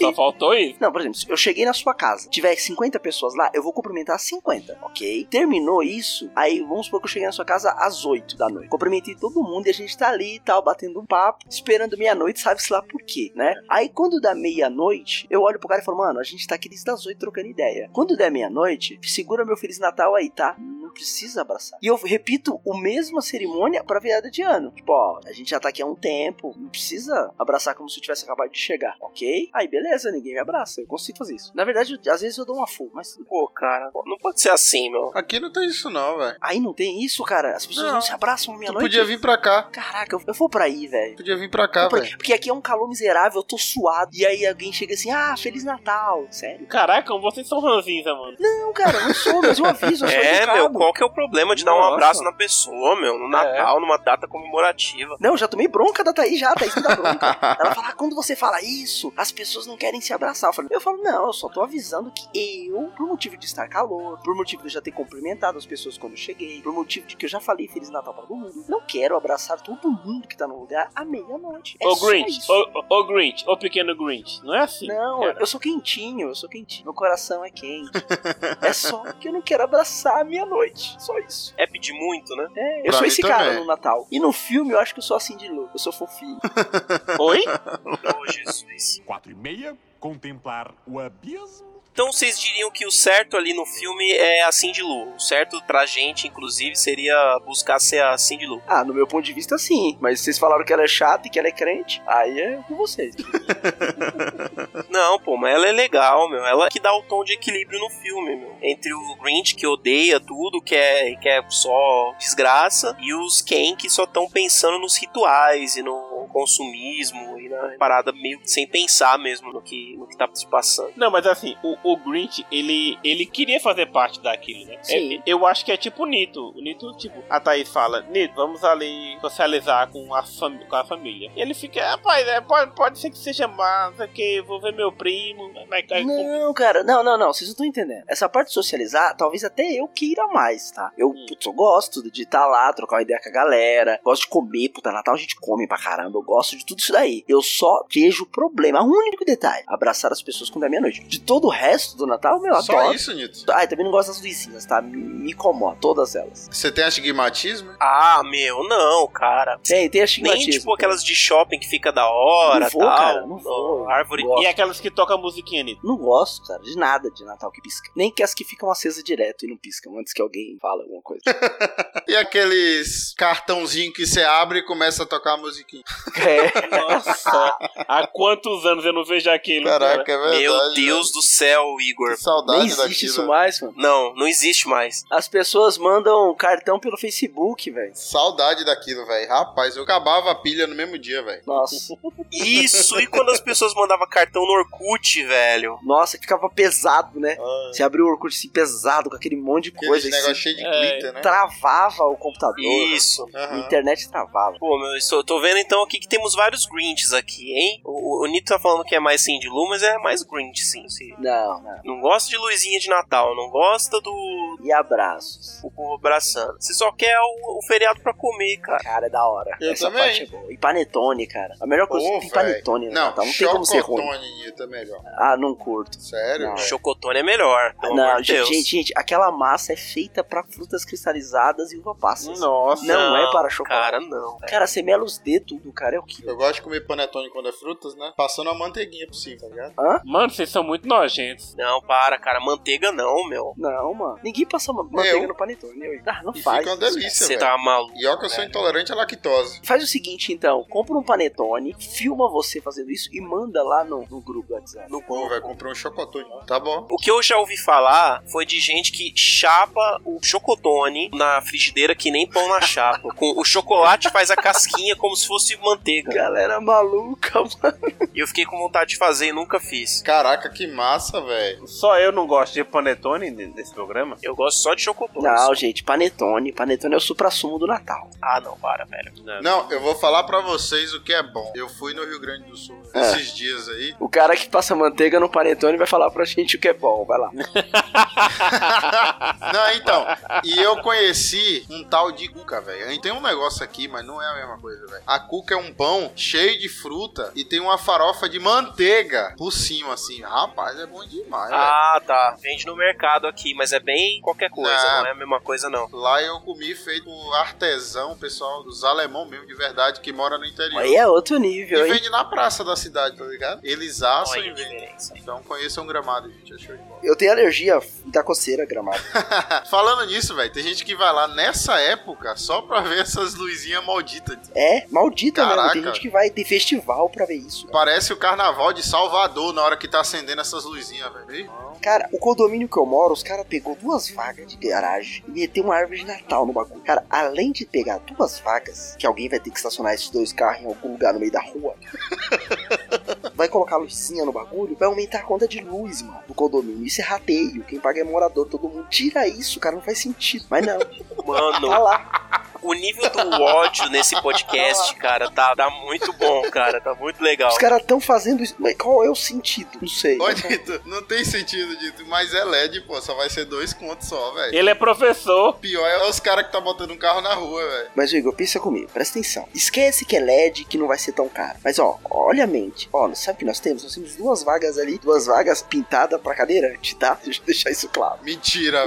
Só faltou isso.
Não, por exemplo, se eu cheguei na sua casa, tiver 50 pessoas lá, eu vou cumprimentar as 50, ok? Terminou isso, aí vamos supor que eu cheguei na sua casa às 8 da noite. Cumprimentei todo mundo e a gente tá ali e tal, batendo um papo, esperando meia-noite, sabe-se lá por quê, né? Aí quando dá meia-noite, eu olho pro cara e falo, mano, a gente tá aqui desde as 8 trocando ideia. Quando der meia-noite, segura meu Feliz Natal aí, tá? Não precisa abraçar. E eu repito o mesma cerimônia pra virada de ano. Tipo, ó, a gente já tá aqui há um tempo, não precisa abraçar como se eu tivesse acabado de chegar, ok? Aí beleza, ninguém me abraça, eu consigo fazer isso. Na verdade, eu- às vezes eu dou uma full, mas
Pô, cara, pô, não pode ser assim, meu.
Aqui não tem isso não, velho.
aí não tem isso, cara. As pessoas não,
Não.
se abraçam minha
Tu
noite.
podia vir pra cá.
Caraca, eu, eu vou pra aí, velho.
Podia vir pra cá,
Por- (laughs)
velho.
Porque aqui é um calor miserável, eu tô suado. E aí alguém chega assim, ah, Feliz Natal. Sério?
Caraca, como vocês são ranzinza, mano.
Não, cara, eu não sou, mas eu aviso, eu sou
(laughs) É,
educado.
meu, qual que é o problema de dar um
Nossa.
abraço na pessoa, meu?
É.
No Natal, numa data comemorativa.
Não, já tomei bronca da Thaís já, a Thaís me dá bronca. Ela fala, "Ah, quando você fala isso, as pessoas não querem se abraçar. Eu falo, eu falo, não, eu só tô avisando que eu, por motivo de estar calor, por motivo de eu já ter cumprimentado as pessoas quando eu cheguei, por motivo de que eu já falei Feliz Natal pra todo mundo, não quero abraçar todo mundo que tá no lugar à meia-noite. É
ô
só
Grinch,
isso.
ô, ô, ô Grinch, ô pequeno Grinch. Não é assim.
Não,
cara.
eu sou quentinho, eu sou quentinho. Meu coração é quente. é só que eu não quero abraçar a meia-noite. Só isso.
É pedir muito, né?
É, eu
Pra
sou
mim
esse cara
também.
no Natal. E no filme eu acho que eu sou assim de louco. Eu sou fofinho.
Oi?
Ô, Jesus.
Quatro e meia, contemplar o abismo.
Então vocês diriam que o certo ali no filme é a Cindy Lou. O certo pra gente, inclusive, seria buscar ser a Cindy Lou.
ah, no meu ponto de vista, sim. Mas vocês falaram que ela é chata e que ela é crente. Aí é com vocês.
(laughs) Não, pô, mas ela é legal, meu. Ela que dá o tom de equilíbrio no filme, meu. Entre o Grinch, que odeia tudo, que é, que é só desgraça, e os Ken, que só estão pensando nos rituais e no consumismo e na parada meio que sem pensar mesmo no que, no que tá se passando.
Não, mas assim, o, o Grinch, ele, ele queria fazer parte daquilo, né?
Sim.
É, eu acho que é tipo o Nito. O Nito, tipo, a Thaís fala, Nito, vamos ali socializar com a, fam- com a família. E ele fica, rapaz, é, pode, pode ser que seja massa, que eu vou ver meu primo. Vai,
Tá,
vai,
então.
Não, cara, não, não, não, vocês não estão entendendo. Essa parte de socializar, talvez até eu queira mais, tá? Eu,
Hum.
putz, eu gosto de estar lá, trocar uma ideia com a galera, gosto de comer, puta, Natal a gente come pra caramba, eu gosto de tudo isso daí. Eu só vejo o problema, um único detalhe, abraçar as pessoas quando é meia-noite. De todo o resto do Natal, meu, eu
Só
adoro.
isso, Nito.
Ah, e também não gosto das luzinhas, tá? Me, me incomoda, todas elas.
Você tem astigmatismo?
Ah, meu, não, cara.
Tem, tem
Nem
astigmatismo.
né?"
tipo aquelas de shopping que fica da hora,
Não vou,
tal.
cara, não vou.
Árvore.
Gosto.
E aquelas que tocam a musiquinha, Nito.
Não gosto, cara, de nada de Natal que pisca. Nem que as que ficam acesas direto e não piscam antes que alguém fale
(laughs)
alguma coisa.
E aqueles cartãozinho que você abre e começa a tocar a musiquinha?
é.
Nossa, há quantos anos eu não vejo aquilo? cara?
Caraca, é verdade.
Meu Deus
velho.
do céu, Igor.
Que saudade
Nem existe
daquilo. né?
isso mais, mano.
Não, não existe mais.
As pessoas mandam cartão pelo Facebook, velho.
Saudade daquilo, velho. Rapaz, eu acabava a pilha no mesmo dia, velho.
Nossa.
(laughs)
Isso, e quando as pessoas mandavam cartão no Orkut, velho?
Nossa, que ficava pesado, né? Você abriu o Orkut assim, pesado, com aquele monte de
Aqueles
coisa.
Ah. negócio
Assim,
cheio de
é.
glitter, né?
travava o computador. né?
Isso.
A
Aham.
internet travava.
Pô, meu, estou, tô vendo então aqui que temos vários Grinches aqui, hein? O, o- o Nito tá falando que é mais Cindy Lou, mas é mais Grinch, sim. sim.
Não, não.
Não gosta de luzinha de Natal, não gosta do
E abraços.
o povo abraçando. Você só quer o, o feriado pra comer, cara.
Cara, é da hora.
Eu
Essa
também.
parte é boa. E panetone, cara. A melhor coisa
Pô,
tem
velho.
panetone, no
Não,
Natal. né? Tá, Não tem como ser ruim.
chocotone, Nito, é melhor.
Ah, não curto.
Sério?
Não.
velho?
Chocotone é melhor, pelo amor
Não,
de
gente,
Deus.
gente, gente, aquela massa é feita pra frutas cristalizadas e uva passa.
Nossa.
Não é para chocolate.
Cara, não.
Cara, você mela os dedos tudo, cara. É o que?
Eu gosto de comer panetone quando é frutas, né? Passando a manteiguinha por cima, tá ligado?
Mano, vocês são muito nojentos.
Não, para, cara. Manteiga não, meu.
Não, mano. Ninguém passa ma- manteiga
Eu?
no panetone. Eu. Ah, não
E
faz.
é
fica uma
isso,
delícia,
Você
velho.
tá maluco.
E ó que
É.
eu sou intolerante à lactose.
cara. Faz o seguinte, então. Compra um panetone, filma você fazendo isso e manda lá no, no grupo do WhatsApp.
No
Pô, velho, comprei um chocotone. Tá bom.
O que eu já ouvi falar foi de gente que chapa o chocotone na frigideira que nem pão na chapa. Com o chocolate faz a casquinha como se fosse manteiga.
Galera maluca, mano.
E eu fiquei com vontade de fazer e nunca fiz.
Caraca, que massa, velho.
Só eu não gosto de panetone ne- nesse programa?
Eu gosto só de chocotone.
Não, gente. Panetone. Panetone é o supra-sumo do Natal.
Ah, não, para, velho.
É.
Não, é. eu vou falar pra vocês o que é bom. Eu fui no Rio Grande do Sul
É.
esses dias aí. (laughs)
O cara que passa manteiga no panetone vai falar pra gente o que é bom. Vai lá.
Não, então. E eu conheci um tal de cuca, velho. Tem um negócio aqui, mas não é a mesma coisa, velho. A cuca é um um pão cheio de fruta e tem uma farofa de manteiga por cima, assim. Rapaz, é bom demais, velho.
Ah, tá. Vende no mercado aqui, mas é bem qualquer coisa,
Ah.
não é a mesma
(laughs)
coisa, não.
Lá eu comi feito por artesão, pessoal dos alemão mesmo, de verdade, que mora no interior.
Aí é outro
E
nível, hein?
vende na praça da cidade, tá ligado? Eles assam
Olha
e
a
vendem.
diferença.
Então conheçam gramado, gente. É show de bola.
Eu tenho alergia da coceira gramado.
(laughs) Falando nisso, velho, tem gente que vai lá nessa época só pra ver essas luzinhas malditas.
É, maldita mesmo. Tem
Caraca.
gente que vai de festival pra ver isso.
Parece o carnaval de Salvador na hora que tá acendendo essas luzinhas, velho.
Cara, o condomínio que eu moro, os caras pegou duas vagas de garagem e meteu uma árvore de Natal no bagulho. Cara, além de pegar duas vagas, que alguém vai ter que estacionar esses dois carros em algum lugar no meio da rua, (laughs) vai colocar luzinha no bagulho, vai aumentar a conta de luz, mano, do condomínio. Isso é rateio. Quem paga é morador, todo mundo. Tira isso, cara, não faz sentido. Mas não, tá
Mano,
lá.
o nível do ódio nesse podcast, cara, tá, tá muito bom, cara. Tá muito legal.
Os caras estão fazendo isso. Mas qual é o sentido? Não sei.
Ô, Dito, não tem sentido, Dito, mas é LED, pô, só vai ser dois contos só, velho.
Ele é professor.
Pior é os caras que tá botando um carro na rua, velho.
Mas, Igor, pensa comigo, presta atenção. Esquece que é LED, que não vai ser tão caro. Mas, ó, olha a mente. Ó, sabe o que nós temos? Nós temos duas vagas ali, duas vagas pintadas pra cadeirante, tá? Deixa eu deixar isso claro.
Mentira,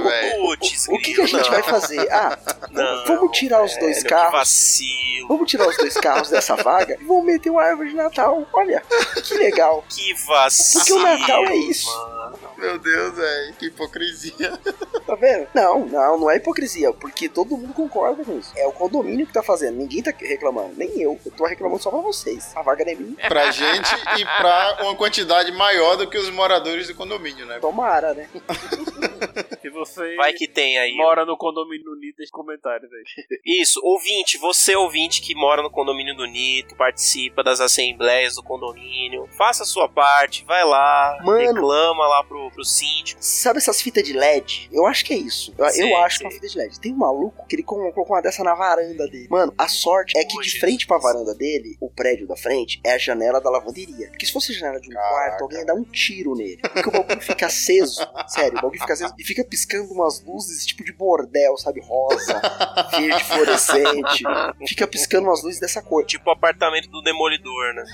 (laughs)
velho.
Putz,
O que, é que a
grilo,
gente vai fazer? Ah,
(laughs) Não,
vamos tirar os dois
velho, Que
carros.
vacilo,
Vamos tirar os dois carros dessa vaga e vamos meter uma árvore de Natal. Olha, que legal.
que vacilo.
Porque o Natal é isso.
Meu Deus, velho, que hipocrisia.
Tá vendo? Não, não, não é hipocrisia, porque todo mundo concorda com isso. É o condomínio que tá fazendo, ninguém tá reclamando, nem eu. Eu tô reclamando só pra vocês. A vaga não é minha.
Pra gente e pra uma quantidade maior do que os moradores do condomínio,
É.
né?
Tomara, né?
Se você
Vai que tem aí.
mora no condomínio Unido, deixa comentários aí.
Isso, ouvinte, você ouvinte que mora no condomínio do Nito, participa das assembleias do condomínio, faça a sua parte, vai lá,
Mano.
reclama lá pro, pro síndico.
Sabe essas fitas de LED? Eu acho que é isso. Eu, eu
Sei,
acho que
sei.
é uma fita de LED. Tem um maluco que ele colo- colocou uma dessa na varanda dele. Mano, a sorte é que
Ô,
de
Jesus.
frente pra varanda dele, o prédio da frente, é a janela da lavanderia. Porque se fosse a janela de um quarto, alguém ia dar um tiro nele. Porque o bagulho fica aceso. Sério, o bagulho fica aceso e fica piscando umas luzes tipo de bordel, sabe? Rosa, verde fluorescente. Fica piscando umas luzes dessa cor.
Tipo o apartamento do demolidor, né?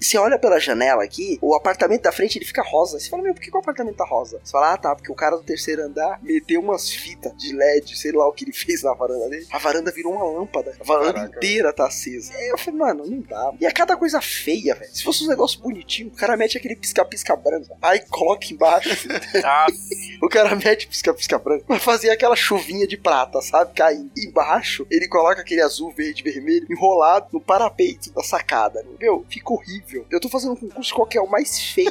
Você olha pela janela aqui, o apartamento da frente ele fica rosa. Você fala, meu, por que, que o apartamento tá rosa? Você fala, ah tá, porque o cara do terceiro andar meteu umas fitas de LED, sei lá o que ele (laughs) fez na varanda dele. A varanda virou uma lâmpada. A varanda
Caraca.
inteira tá acesa. É, eu falei, mano, não dá. E é cada coisa feia, velho. Se fosse um negócio bonitinho, o cara mete aquele pisca-pisca branco. Aí coloca embaixo.
Ah,
o cara mete pisca-pisca branco. Vai fazer aquela chuvinha de prata, sabe? Caindo. Embaixo, ele coloca aquele azul, verde, vermelho, enrolado no parapeito da sacada. Meu, fica horrível. Eu tô fazendo um concurso qual que é o mais (laughs) feio.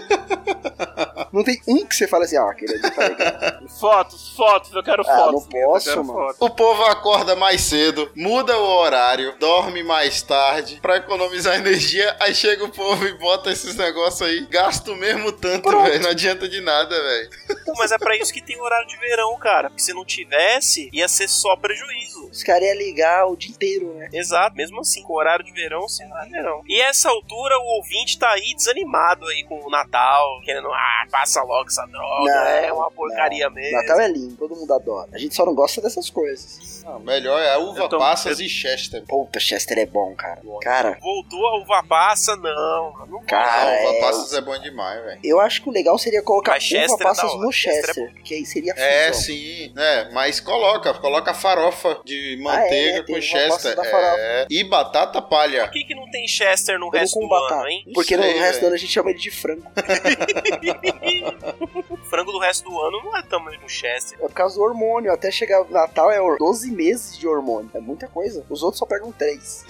Não tem um que você fala assim, ah, aquele ali tá legal.
Fotos, fotos, eu quero
Ah,
fotos.
não
Guido, eu
posso,
quero
mano.
fotos.
O povo acorda mais cedo, muda o horário, dorme mais tarde pra economizar (laughs) energia, aí chega o povo e bota esses negócios aí, gasta o mesmo tanto,
Pronto.
velho, não adianta de nada, velho.
Então
mas é pra isso que tem horário de verão, cara. Porque se não tivesse, ia ser só prejuízo.
Os caras iam ligar o dia inteiro, né?
Exato, mesmo assim, com horário de verão, sem horário de verão. E essa altura, o ouvinte tá aí desanimado aí com o Natal, querendo, ah, passa logo essa droga,
Não,
é uma porcaria mesmo.
Natal é lindo, todo mundo adora. A gente só não gosta dessas coisas.
Melhor é a uva
Eu tô-
passas e Chester.
Puta, Chester é bom, cara. Cara,
Voltou a uva passa? Não, não
cara.
a uva
é-
passas é bom demais, velho.
Eu acho que o legal seria colocar
Mas Chester
uva
é da
passas
hora.
no
Chester é
Chester, que aí seria
É,
fusão.
sim, é, mas coloca, coloca farofa de manteiga
é, tem
com
uva
Chester
passa da farofa.
é, e batata palha.
Por que, que não tem Chester no
Eu
resto
vou
do
com batata.
ano, hein?
Porque
sei,
no resto do
velho.
ano a gente chama ele de frango.
O frango do resto do ano não é tamanho do Chester.
É por causa do hormônio. Até chegar o Natal é hor- 12 meses de hormônio. É muita coisa. Os outros só pegam
(laughs)
3.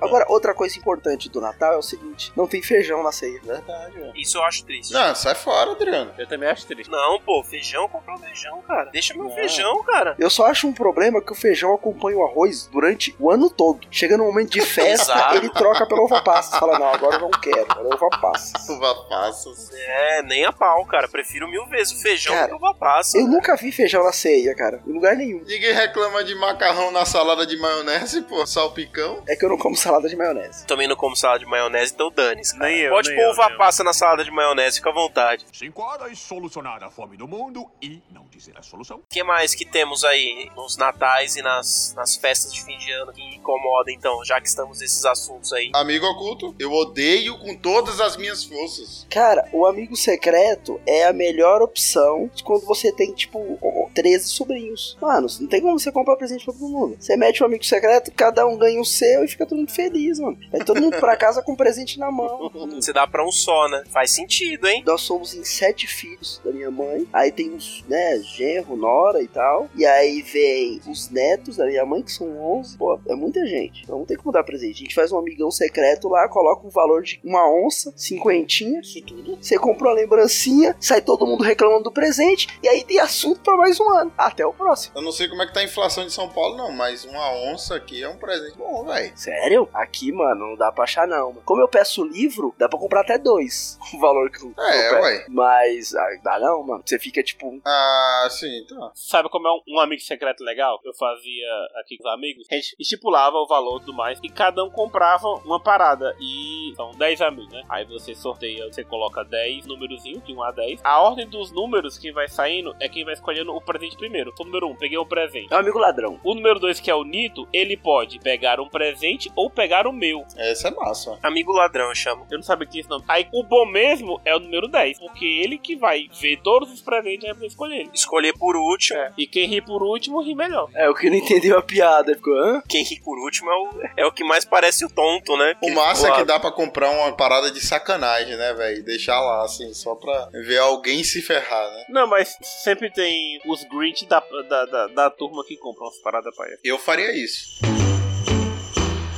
Agora, outra coisa importante do Natal é o seguinte: não tem feijão na ceia. né?
Verdade,
É.
velho.
Isso eu acho triste.
Não, sai fora, Adriano.
Eu também acho é triste.
Não, pô, feijão, comprar um feijão, cara. Deixa meu feijão, cara.
Eu só acho um problema que o feijão acompanha o arroz durante o ano todo. Chega no momento de festa,
Exato.
ele troca pela uva passa. Fala, não, agora eu não quero, agora é uva passa.
Uva passas.
É, nem a pau, cara. Prefiro mil vezes o feijão
Cara,
do que a uva passa.
Eu nunca vi feijão na ceia, cara, em lugar nenhum.
Ninguém reclama de macarrão na salada de maionese, pô, salpicão.
É que eu não como salada de maionese.
Também não como salada de maionese, então dane-se. cara.
Nem eu,
Pode
nem
pôr
eu,
uva
nem eu.
passa na salada de maionese, fica à vontade.
Cinco horas solucionar a fome do mundo e não de dizer a solução.
O que mais que temos aí nos natais e nas, nas festas de fim de ano que incomoda, então, já que estamos nesses
(laughs)
assuntos aí?
Amigo oculto, eu odeio com todas as minhas forças.
Cara, o amigo secreto é a melhor opção de quando você tem, tipo, 13 sobrinhos. Mano, não tem como você comprar presente pra todo mundo. Você mete um amigo secreto, cada um ganha o seu e fica todo mundo feliz, mano. Vai todo mundo pra casa com um presente na
(laughs)
mão.
Você dá pra um só, né? Faz sentido, hein?
Nós somos em sete filhos da minha mãe. Aí tem os, né, genro, nora e tal. E aí vem os netos da minha mãe, que são 11. Pô, é muita gente. Então não tem como dar presente. A gente faz um amigão secreto lá, coloca o valor de uma onça, cinquentinha, isso tudo. Você comprou a lembrancinha, sai todo mundo reclamando do presente. E aí tem assunto pra mais um ano. Até o próximo.
Eu não sei como é que tá a inflação de São Paulo, não, mas uma onça aqui é um presente bom, velho.
Sério? Aqui, mano, não dá pra achar não. Como eu peço livro, dá pra comprar até dois. (laughs) O valor que eu,
É,
eu peço.
ué.
Mas ah, dá não, mano. Você fica tipo.
Ah, sim, tá.
Sabe como é um, um amigo secreto legal? Eu fazia aqui com os amigos. A gente estipulava o valor do mais e cada um comprava uma parada. E são 10 amigos, né? Aí você sorteia, você coloca 10 númerozinhos, de 1 a 10. A ordem dos números que vai saindo é quem vai escolhendo o presente primeiro. Então, número 1, peguei o presente.
É um amigo ladrão.
O número 2, que é o Nito, ele pode pegar um presente ou pegar o meu.
Essa é massa.
Amigo ladrão, eu chamo.
Eu não sabia que tinha esse nome. Aí o bom mesmo é o número 10, porque ele que vai ver todos os presentes e vai escolher.
Escolher por último.
E quem ri por último ri melhor.
É, o que não entendeu a piada. Ficou, hã?
Quem ri por último é o, é o que mais parece o tonto, né?
O massa é que dá pra comprar uma parada de sacanagem, né, velho? Deixar lá, assim, só pra ver alguém se ferrar, né?
Não, mas sempre tem os Grinch da, da, da, da turma que compram umas paradas pra ele.
Eu faria isso.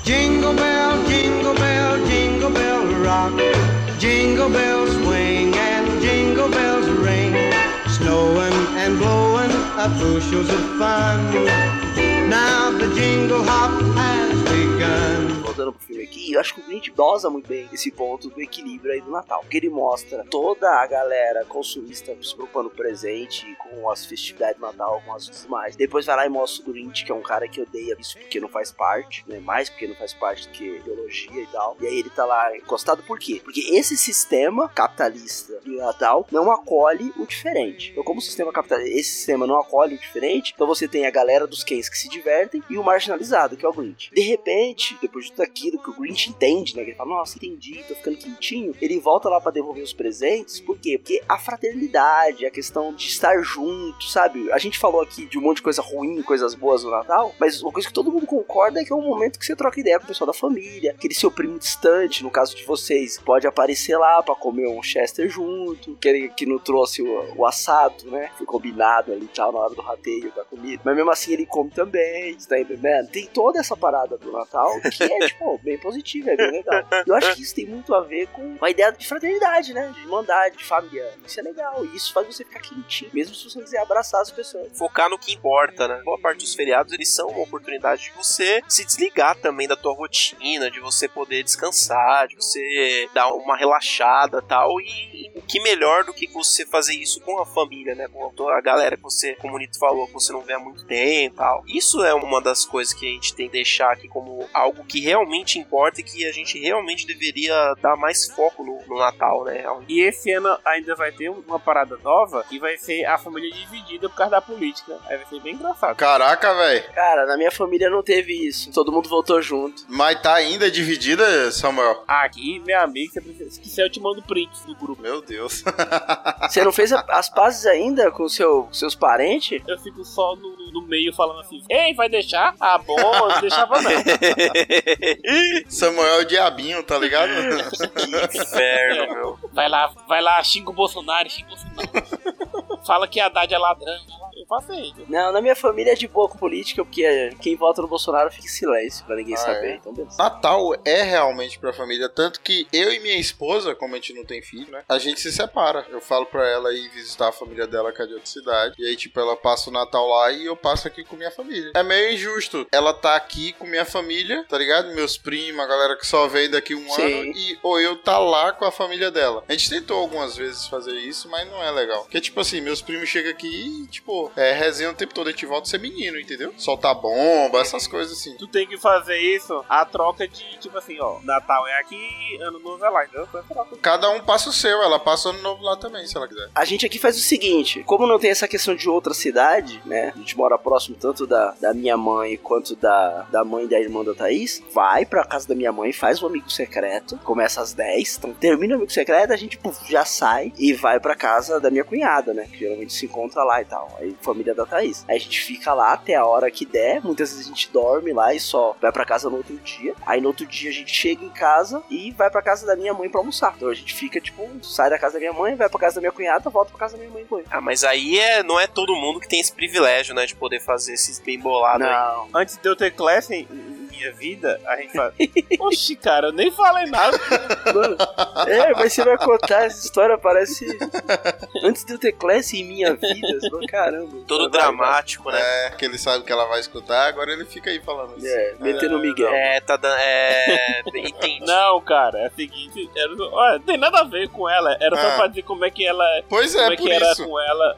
Jingle bell, jingle bell, jingle bell rock. Jingle bells swing and jingle bells ring. Snowing and blowing up bushels of fun. Now the jingle hop has begun.
Voltando pro filme aqui, eu acho que o Grinch dosa muito bem esse ponto do equilíbrio aí do Natal. Porque ele mostra toda a galera consumista se preocupando com o presente, com as festividades do Natal, com as outras mais. Depois vai lá e mostra o Grinch, que é um cara que odeia isso porque não faz parte, né? Mais porque não faz parte do que ideologia e tal. E aí ele tá lá encostado por quê? Porque esse sistema capitalista do Natal não acolhe o diferente. Então, como o sistema capitalista, esse sistema não acolhe o diferente, então você tem a galera dos cães que se divertem e o marginalizado, que é o Grinch. De repente, depois de tudo aquilo que o Grinch entende, né? Que ele fala, nossa, entendi, tô ficando quentinho. Ele volta lá pra devolver os presentes, por quê? Porque a fraternidade, a questão de estar junto, sabe? A gente falou aqui de um monte de coisa ruim, coisas boas no Natal, mas uma coisa que todo mundo concorda é que é um momento que você troca ideia com o pessoal da família, aquele seu primo distante, no caso de vocês, pode aparecer lá pra comer um Chester junto, que, ele- que não trouxe o, o assado, né? Foi combinado ali e tal, na hora do rateio da comida. Mas mesmo assim ele come também, tá entendendo? Tem toda essa parada do Natal que é, tipo, bem positiva, é bem legal. Eu acho que isso tem muito a ver com a ideia de fraternidade, né? De irmandade, de família. Isso é legal, e isso faz você ficar quentinho, mesmo se você não quiser abraçar as pessoas.
Focar no que importa, né? Boa parte dos feriados, eles são uma oportunidade de você se desligar também da tua rotina, de você poder descansar, de você dar uma relaxada tal. E o que melhor do que você fazer isso com a família, né? Com a tua- a galera que você, como o Nito falou, que você não vê há muito tempo tal. Isso é uma das coisas que a gente tem que deixar aqui como algo que realmente importa e que a gente realmente deveria dar mais foco no, no Natal, né?
E esse ano ainda vai ter uma parada nova que vai ser a família dividida por causa da política. Aí vai ser bem engraçado.
Caraca, velho.
Cara, na minha família não teve isso. Todo mundo voltou junto.
Mas tá ainda dividida, Samuel?
Aqui, meu amigo, você precisa... se quiser eu te mando prints do grupo.
Meu Deus. (laughs)
Você não fez a- as pazes ainda com seu, seus parentes?
Eu fico só no, no meio falando assim, ei, vai deixar? Ah, bom, eu não deixava não.
Samuel é o diabinho, tá ligado?
Que inferno, meu.
Vai lá, vai lá, xinga o Bolsonaro, xinga o Bolsonaro. Fala que Haddad é ladrão. Eu faço isso.
Não, na minha família é de boa com política, porque eh, quem vota no Bolsonaro fica em silêncio pra ninguém
Ah,
saber.
é?
Então, beleza.
Natal é realmente pra família, tanto que eu e minha esposa, como a gente não tem filho, né? A gente se separa. Eu falo pra ela ir visitar a família dela, que é de outra cidade. E aí, tipo, ela passa o Natal lá e eu passo aqui com minha família. É meio injusto. Ela tá aqui com minha família, tá ligado? Meus primos, a galera que só veio daqui um
Sim.
ano. E ou eu tá lá com a família dela. A gente tentou algumas vezes fazer isso, mas não é legal. Porque, tipo assim, meus primos chegam aqui e, tipo, é, é, resenha o tempo todo, a gente volta a ser menino, entendeu? Soltar bomba, essas coisas assim.
Tu tem que fazer isso a troca de, tipo assim, ó, Natal é aqui, ano novo é lá, entendeu? Então, troca.
Cada um passa o seu, ela passa o ano novo lá também, se ela quiser.
A gente aqui faz o seguinte: como não tem essa questão de outra cidade, né? A gente mora próximo tanto da, da minha mãe quanto da, da mãe da irmã da Thaís. Vai pra casa da minha mãe, faz o amigo secreto, começa às 10, então termina o amigo secreto, a gente puf, já sai e vai pra casa da minha cunhada, né? Que geralmente se encontra lá e tal. Aí, família da Thaís. Aí a gente fica lá até a hora que der, muitas vezes a gente dorme lá e só vai pra casa no outro dia. Aí no outro dia a gente chega em casa e vai pra casa da minha mãe pra almoçar. Então a gente fica, tipo, sai da casa da minha mãe, vai pra casa da minha cunhada, volta pra casa da minha mãe depois.
Ah, mas aí é, não é todo mundo que tem esse privilégio, né? De poder fazer esses bem bolados aí.
Não.
Antes de eu ter classe em- em minha vida, a gente fala. Oxi, cara, eu nem falei nada.
Mano, (laughs) é, mas você vai contar essa história, parece. Antes de eu ter classe em minha vida, você fala, caramba.
Todo
Vai, vai,
dramático, né?
É, que ele sabe que ela vai escutar, agora ele fica aí falando isso.
É, metendo o Miguel.
É, tá dando. É. (laughs) Entendi.
Não, cara, é o seguinte, era, olha, não tem nada a ver com ela, era só
Ah.
pra dizer como é que ela
Pois
como
é,
é
por
que era
isso.
com ela.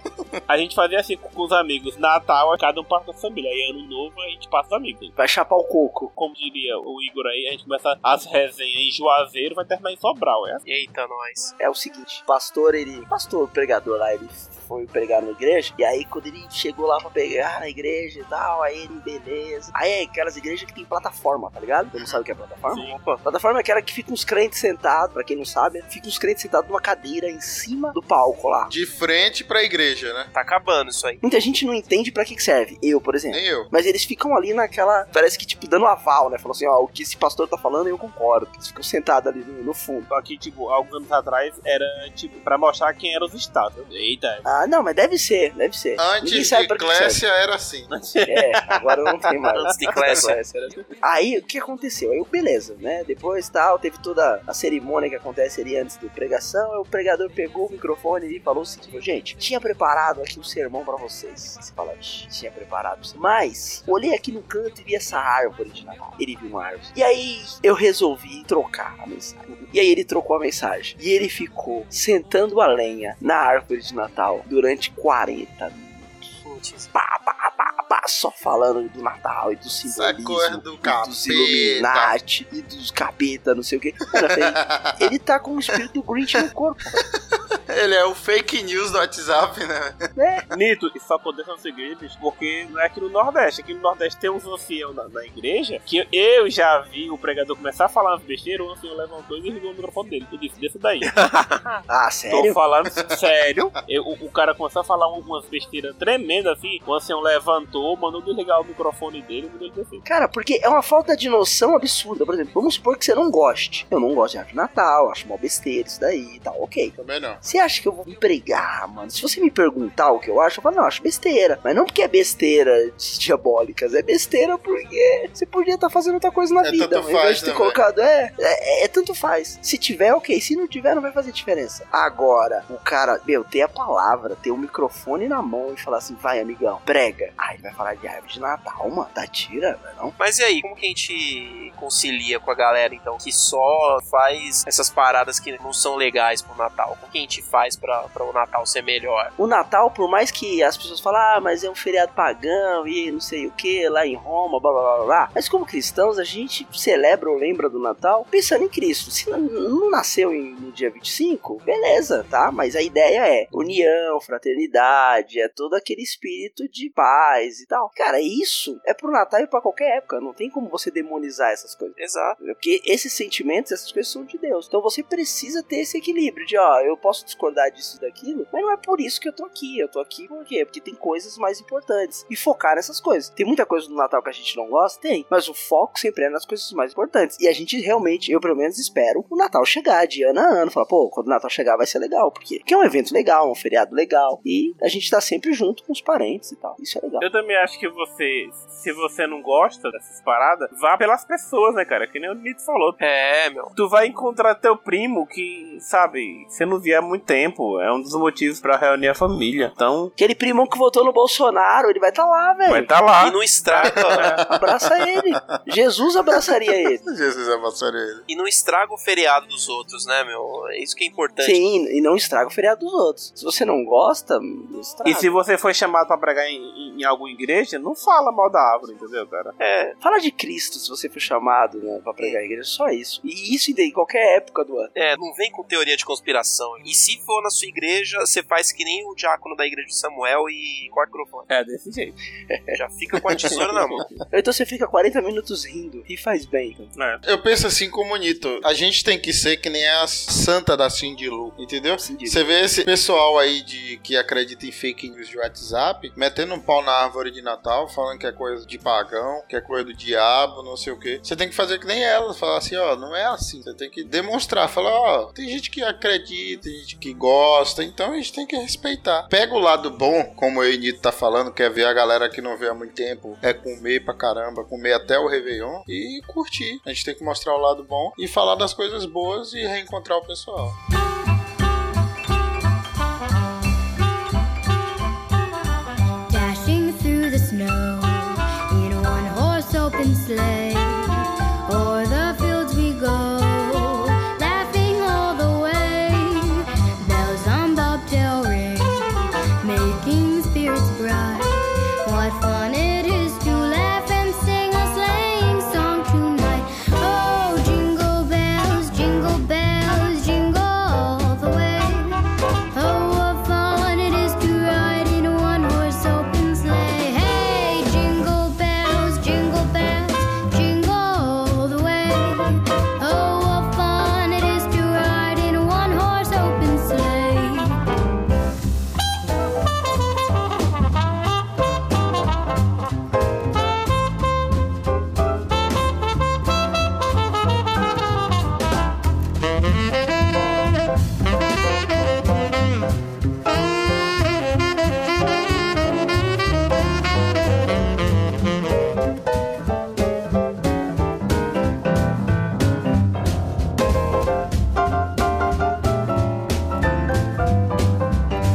A gente fazia assim com com os amigos. Natal, cada um passa com a família. Aí ano novo a gente passa os amigos.
Vai chapar o coco.
Como diria o Igor aí, a gente começa as resenhas em Juazeiro, vai terminar em Sobral, é? assim.
Eita, nós.
é o seguinte, o pastor, ele. Pastor, o pregador lá, ele foi pregar na igreja. E aí, quando ele chegou lá pra pegar na igreja e tal, aí ele, beleza. Aí é aquelas igrejas que tem plataforma, tá ligado? Você não sabe o que é plataforma? Opa, plataforma é aquela que fica uns crentes sentados, pra quem não sabe, fica uns crentes sentados numa cadeira em cima do palco lá.
De frente pra igreja, né?
Tá acabando isso aí.
Muita gente não entende pra que que serve. Eu, por exemplo.
Nem eu.
Mas eles ficam ali naquela. Parece que, tipo, dando aval, né? Falou assim: ó, o que esse pastor tá falando, eu concordo. Eles ficam sentados ali no, no fundo.
Só que, tipo, alguns anos atrás era, tipo, pra mostrar quem eram os estados. Eita,
Ah, não, mas deve ser, deve ser. É. Ninguém
Antes
sabe
de
pra que que serve.
Clécia era assim.
É, agora não é tem mais.
Antes de classe.
Aí, o que aconteceu? Aí, eu, beleza, né? Depois, tal, teve toda a cerimônia que acontece ali antes da pregação. Aí o pregador pegou o microfone e falou o seguinte, gente, tinha preparado aqui um sermão pra vocês. Você fala, "Ixi, tinha preparado. isso." Mas, olhei aqui no canto e vi essa árvore de Natal. Ele viu uma árvore. E aí, eu resolvi trocar a mensagem. E aí, ele trocou a mensagem. E ele ficou sentando a lenha na árvore de Natal durante 40 minutos. Pá, pá, pá, pá, só falando do Natal e do
Essa
simbolismo
cor do
dos
capeta.
Illuminati e dos capeta, não sei o que. Mano, eu falei,
(laughs)
ele tá com o espírito do Grinch no corpo.
(laughs) Ele é o fake news do WhatsApp, né?
Nito, isso só acontece nas igrejas, bicho, porque não é aqui no Nordeste. Aqui no Nordeste tem uns ancião na, na igreja que eu já vi o pregador começar a falar umas besteiras, o ancião levantou e desligou o microfone dele. Eu disse, desça daí.
Ah,
Tô
sério?
falando sério. Eu- o, o cara começou a falar um, umas besteiras tremendas assim. O ancião levantou, mandou desligar o microfone dele e mandou ele descer.
Cara, porque é uma falta de noção absurda. Por exemplo, vamos supor que você não goste. Eu não gosto de árvore de Natal, acho mó besteira isso daí e tal, ok.
Também não.
Você acha que eu vou me pregar, mano? Se você me perguntar o que eu acho, eu falo, não, eu acho besteira. Mas não porque é besteira de diabólicas, é besteira porque você podia estar fazendo outra coisa na
É
vida.
tanto
ao invés
faz,
de ter
né,
colocado. É, é, é tanto faz. Se tiver, ok. Se não tiver, não vai fazer diferença. Agora, o cara, meu, ter a palavra, ter o microfone na mão e falar assim, vai, amigão, prega. Aí vai falar de árvore de Natal, mano. Tá tira, não é não?
Mas e aí, como que a gente concilia com a galera, então, que só faz essas paradas que não são legais pro Natal? Como que a gente faz pra, pra o Natal ser melhor?
O Natal, por mais que as pessoas falem, ah, mas é um feriado pagão e não sei o que, lá em Roma, blá blá blá blá. Mas como cristãos, a gente celebra ou lembra do Natal pensando em Cristo. Se não- não nasceu em- no dia 25, beleza, tá? Mas a ideia é união, fraternidade, é todo aquele espírito de paz e tal. Cara, isso é pro Natal e pra qualquer época. Não tem como você demonizar essas coisas.
Exato.
Entendeu? Porque esses sentimentos, essas coisas são de Deus. Então você precisa ter esse equilíbrio de, ó, eu posso discordar disso e daquilo, mas não é por isso que eu tô aqui. Eu tô aqui por quê? Porque tem coisas mais importantes. E focar nessas coisas. Tem muita coisa no Natal que a gente não gosta? Tem. Mas o foco sempre é nas coisas mais importantes. E a gente realmente, eu pelo menos espero o Natal chegar de ano a ano. Falar, pô, quando o Natal chegar vai ser legal. Por quê? Porque é um evento legal, um feriado legal. E a gente tá sempre junto com os parentes e tal. Isso é legal.
Eu também acho que você, se você não gosta dessas paradas, vá pelas pessoas, né, cara? Que nem o Nito falou.
É, meu.
Tu vai encontrar teu primo que, sabe, você não via há muito tempo. É um dos motivos pra reunir a família. Então,
Aquele primão que votou no Bolsonaro, ele vai estar lá, velho.
vai estar tá lá.
E não estraga, né?
Abraça ele. Jesus abraçaria ele.
Jesus é amassaria ele.
e não estraga o feriado dos outros, né, meu? É isso que é importante.
Sim, e não estraga o feriado dos outros. Se você não gosta, não estraga.
E se você foi chamado pra pregar em, em, em alguma igreja, não fala mal da árvore, entendeu, cara?
É, fala de Cristo se você for chamado né, pra pregar a igreja, só isso. E isso e daí, qualquer época do ano.
É, não vem com teoria de conspiração. E se for na sua igreja, você faz que nem o diácono da igreja de Samuel e corta o microfone.
É desse jeito.
(laughs) Já fica com a tesoura na mão.
Ou Então você fica 40 minutos rindo e faz bem.
É.
Eu penso assim como o Nito. A gente tem que ser que nem a santa da Cindy Lou, entendeu?
Cindy Lou.
Você vê esse pessoal aí de que acredita em fake news de WhatsApp, metendo um pau na árvore de Natal, falando que é coisa de pagão, que é coisa do diabo, não sei o quê. Você tem que fazer que nem ela, falar assim, ó, não é assim. Você tem que demonstrar, falar, ó, tem gente que acredita, tem gente que gosta, então a gente tem que respeitar. Pega o lado bom, como eu e o Nito tá falando, quer ver a galera que não vê há muito tempo, é comer pra caramba, comer até o Réveillon e curtir. A gente tem que mostrar o lado bom e falar das coisas boas e reencontrar o pessoal.
Dashing through the snow in a one horse open sleigh. O'er the fields we go, laughing all the way. Bells on bobtail ring, making spirits bright. What fun it is to laugh and sing a sleighing song tonight. Oh, jingle bells, jingle bells, jingle all the way. Oh, what fun it is to ride in a one-horse open sleigh! Hey, jingle bells, jingle bells, jingle all the way! Oh, what fun it is to ride in a one-horse open sleigh!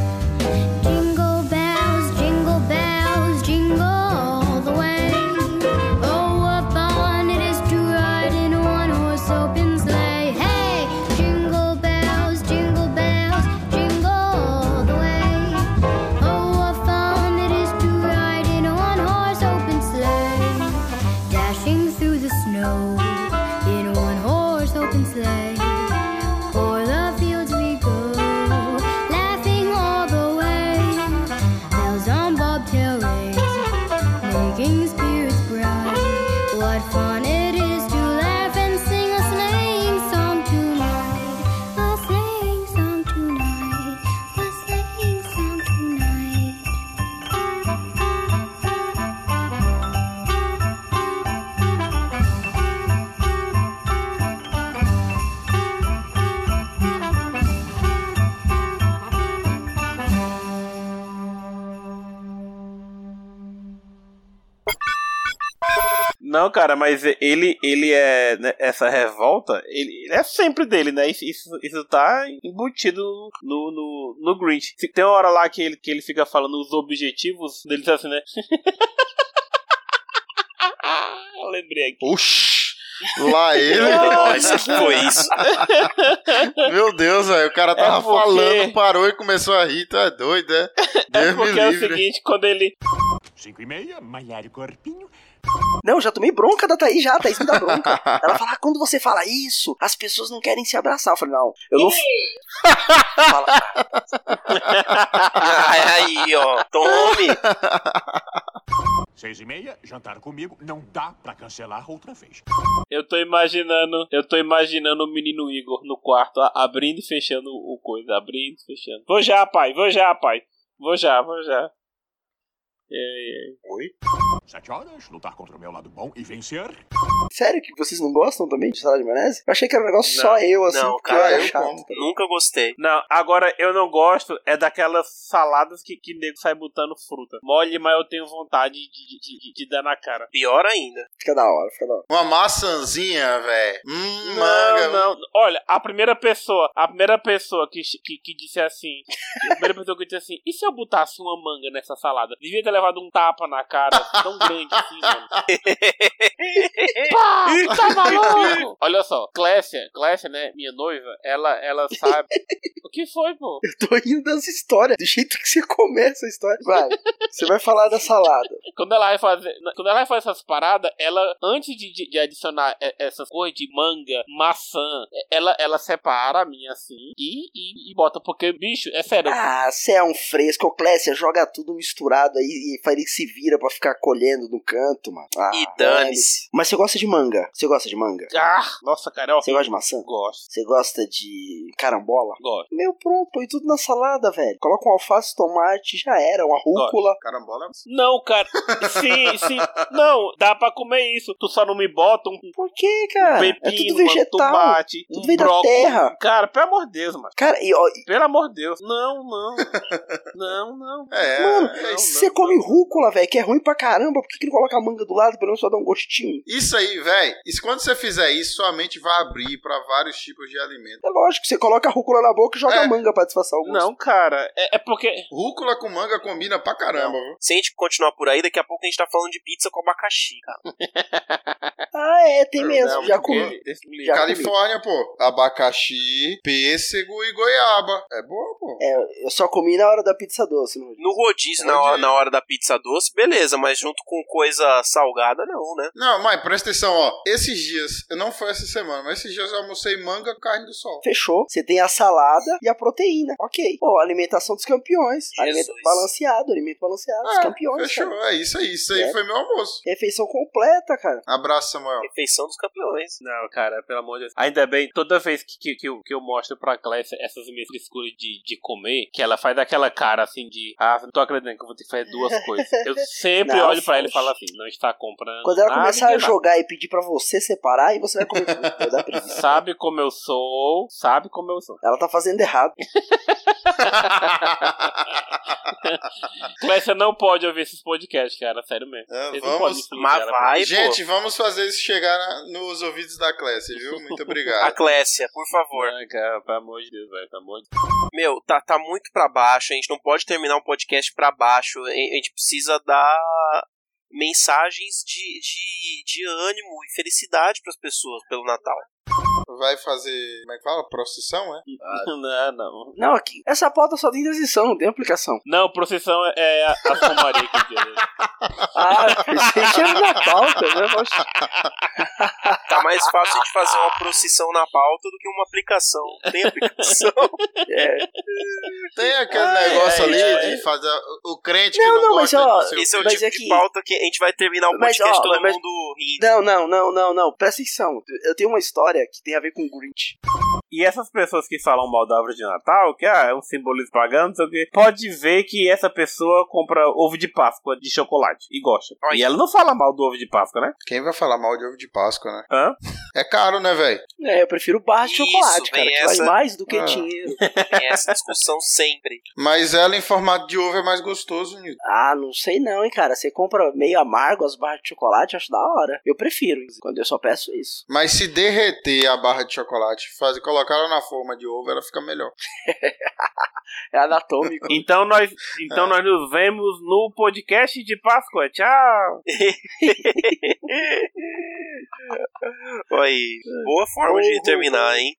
Jingle bells, jingle bells, jingle all the way. Oh, what fun it is to ride in a one-horse open sleigh! Hey, jingle bells, jingle bells, jingle all the way. Oh, what fun it is to ride in a one-horse open sleigh! Dashing through the snow in a one-horse open sleigh. O'er the fields we go, laughing all the way. Bells on bobtail ring, making spirits bright. What fun it is to laugh and sing a sleighing song tonight. A sleighing song tonight. A sleighing song tonight.
Não, cara, mas ele, ele é. né, essa revolta, ele, ele é sempre dele, né? Isso, isso, isso tá embutido no, no, no Grinch. Se- Tem uma hora lá que ele, que ele fica falando os objetivos dele, tá assim, né? (laughs) Eu lembrei aqui.
Oxi! (laughs) Lá ele.
Nossa, que
(laughs)
foi isso?
Meu Deus, velho. O cara tava
É porque-
falando, parou e começou a rir. Tá doido, (laughs) é? Deus me
Porque é o
livre.
seguinte, quando ele.
Cinco e meia, malhar o corpinho.
Não, já tomei bronca da Thaís já, a Thaís me dá bronca. Ela fala, "Ah, quando você fala isso, as pessoas não querem se abraçar. Eu falei, não, eu não. fala,
(laughs) Ai, aí, ó. Tome!
Seis e meia, jantar comigo. Não dá pra cancelar outra vez.
Eu tô imaginando. Eu tô imaginando o menino Igor no quarto, a- abrindo e fechando o coisa. Abrindo e fechando. Vou já, pai, vou já, pai. Vou já, vou já. Oi?
Sete horas, lutar contra o meu lado bom e vencer.
Sério que vocês não gostam também de salada de maionese? Eu achei que era um negócio só eu, assim,
não,
porque
cara,
eu era chato.
Nunca gostei.
Não, agora eu não gosto é daquelas saladas que, que nego sai botando fruta. Mole, mas eu tenho vontade de, de- de- de dar na cara.
Pior ainda.
Fica da hora, fica da hora.
Uma maçãzinha, velho. Hum, manga.
Não, não. Olha, a primeira pessoa, a primeira pessoa que, que, que disse assim, a primeira pessoa que disse assim, e se eu botasse uma manga nessa salada? Devia ter levado um tapa na cara tão grande assim, (laughs) mano. Pá, tá maluco? Olha só, Clécia, Clécia, né, minha noiva, ela, ela sabe. (laughs) O que foi, pô?
Eu tô rindo das histórias, do jeito que você começa a história. Vai, você vai falar da salada.
Quando ela vai fazer, quando ela vai fazer essas paradas, ela, antes de, de, de adicionar e- essas coisas de manga, maçã, ela, ela separa a minha assim e, e, e bota, porque, bicho, é sério.
(laughs) Ah, você é um fresco, Clécia, joga tudo misturado aí e faz ele se vira pra ficar colhendo no canto, mano. Ah,
E dane-se.
velho. Mas você gosta de manga? Você gosta de manga?
Ah, nossa, cara, é
Você
horrível.
gosta de maçã?
Gosto,
Você gosta de carambola?
gosto.
Meu, pronto, põe tudo na salada, velho. Coloca um alface, tomate, já era, uma rúcula.
Carambola. é
Não, cara, sim, sim. Não, dá pra comer isso. Tu só não me bota um
Por que, cara? é tudo
pepino, um
vegetal.
tomate,
Tudo
um
vem da
brócolis.
terra.
Cara, pelo amor de Deus, mano.
Cara, e, ó, e-
Pelo amor de Deus. Não,
(laughs)
não. Não, não.
É,
mano,
é
se
isso.
você come rúcula, velho, que é ruim pra caramba, por que, que não coloca a manga do lado, pelo menos só dá um gostinho?
Isso aí, velho. Isso quando você fizer isso, sua mente vai abrir pra vários tipos de alimento.
É lógico, você coloca a rúcula na boca e joga
É.
a manga pra disfarçar o gosto.
Não, cara. É, é porque.
Rúcula com manga combina pra caramba, viu?
Se a gente continuar por aí, daqui a pouco a gente tá falando de pizza com abacaxi, cara.
Ah, é, tem mesmo,
Não,
já
porque-
comi.
Ele-
Já
Califórnia, pô. Abacaxi, pêssego e goiaba. É boa, pô.
É, eu só comi na hora da pizza doce, não.
No rodízio, na hora, na hora da pizza doce, beleza, mas junto com coisa salgada, não, né?
Não, mãe, presta atenção, ó. Esses dias, eu não foi essa semana, mas esses dias eu almocei manga, carne do sol.
Fechou. Você tem a salada e a proteína. Ok. Pô, alimentação dos campeões. Alimento
Jesus.
balanceado, alimento balanceado dos
É,
campeões.
Fechou,
cara.
é isso aí. Isso aí
É.
foi meu almoço.
Refeição completa, cara.
Abraço, Samuel.
Refeição dos campeões.
Não, cara, pelo amor de Deus. Ainda bem, toda vez que, que, que, eu, que eu mostro pra Clécia essas minhas frescuras de, de comer, que ela faz aquela cara assim de, ah, não tô acreditando que eu vou ter que fazer duas coisas.
(laughs)
Eu sempre
Não,
olho pra ela e
oxe.
falo assim, não está comprando.
Quando ela
nada
começar
de
a
nada.
jogar e pedir pra você separar, aí você vai comer tudo. Vai dar preguiça. (laughs)
Sabe como eu sou, sabe como eu sou.
Ela tá fazendo errado.
Clécia não pode ouvir esses podcasts, cara, sério mesmo.
É,
Vocês não podem
vamos.
excluir
Mas
ela.
vai,
Gente, vamos fazer isso chegar na- nos ouvidos da classe, viu? (laughs) Muito
É.
pô. A
obrigado.
Clécia, por favor.
Não, cara, pelo amor de Deus, velho, pelo amor de
Meu, tá, tá muito pra baixo. A gente não pode terminar um podcast pra baixo. A a gente precisa dar mensagens de, de, de ânimo e felicidade pras pessoas pelo Natal.
Vai fazer. Como é que fala? Procissão, é?
Ah.
Deus. (laughs) Não, não.
Não, aqui. Essa pauta só tem transição, não tem aplicação.
Não, procissão é a, a São Maria que diz, né?
Ah, (laughs) você tinha na pauta, né? Poxa.
Tá mais fácil a gente fazer uma procissão na pauta do que uma aplicação.
(laughs)
Tem aplicação.
É.
Tem aquele
Ah, é,
negócio ali
é,
de fazer o crente que
Não,
não,
não, mas,
gosta de
ó,
não sei o
Esse é o
Mas
tipo
é
de
que-
pauta que a gente vai terminar o
Mas,
podcast
ó,
todo
mas-
mundo rindo.
Não, não, não, não, não. Presta atenção. Eu tenho uma história que tem a ver com o Grinch.
E essas pessoas que falam mal da árvore de Natal, que ah, é um simbolismo pagano, não sei o quê, pode ver que essa pessoa compra ovo de Páscoa de chocolate e gosta. E ela não fala mal do ovo de Páscoa, né?
Quem vai falar mal de ovo de Páscoa, né?
Hã?
É caro, né, velho?
É, eu prefiro barra de
Isso,
chocolate,
vem
cara, que
essa.
vale mais do que
Ah.
dinheiro.
Tem essa discussão sempre.
Mas ela em formato de ovo é mais gostoso, Nilton.
Ah, não sei não, hein, cara. Você compra meio amargo as barras de chocolate, acho da hora. Eu prefiro, quando eu só peço isso.
Mas se derreter a barra de chocolate, fazer, colocar ela na forma de ovo, ela fica melhor.
É
(laughs)
anatômico.
Então nós, então
É.
nós nos vemos no podcast de Páscoa. Tchau!
Aí, boa forma de
Uhul.
terminar, hein?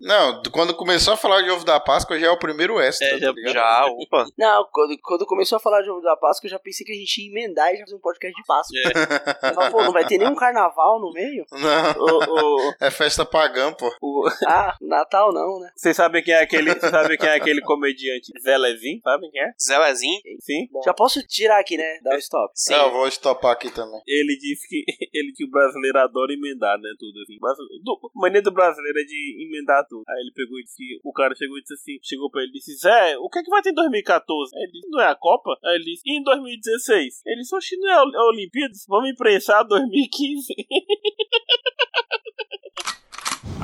Não, quando começou a falar de ovo da Páscoa, já é o primeiro extra,
É,
tá ligado?
(laughs)
Já, opa.
não, quando, quando começou a falar de ovo da Páscoa, eu já pensei que a gente ia emendar e já fazer um podcast de Páscoa.
É.
Eu falei, Pô, é. não vai ter nenhum carnaval no
(laughs)
meio?
(laughs) Não,
O- o-
é festa pagã, pô.
o-
Ah, Natal né? não, né?
Vocês sabem quem é aquele, vocês sabem quem é aquele aquele comediante Zelezin, sabe quem é?
Zelezin?
Sim.
Já posso tirar aqui, né? Dar o stop.
É, eu vou estopar aqui também.
Ele disse que (laughs) ele que o brasileiro adora emendar, né? Tudo assim. Mas, do, a mania do brasileiro é de emendar tudo. Aí ele pegou e disse que o cara chegou e disse assim: chegou pra ele e disse, Zé, o que é que vai ter em 2014? Aí ele disse, não é a Copa? Aí ele disse, e em 2016? Ele disse, oxe, não é a a Olimpíada? Vamos imprensar 2015.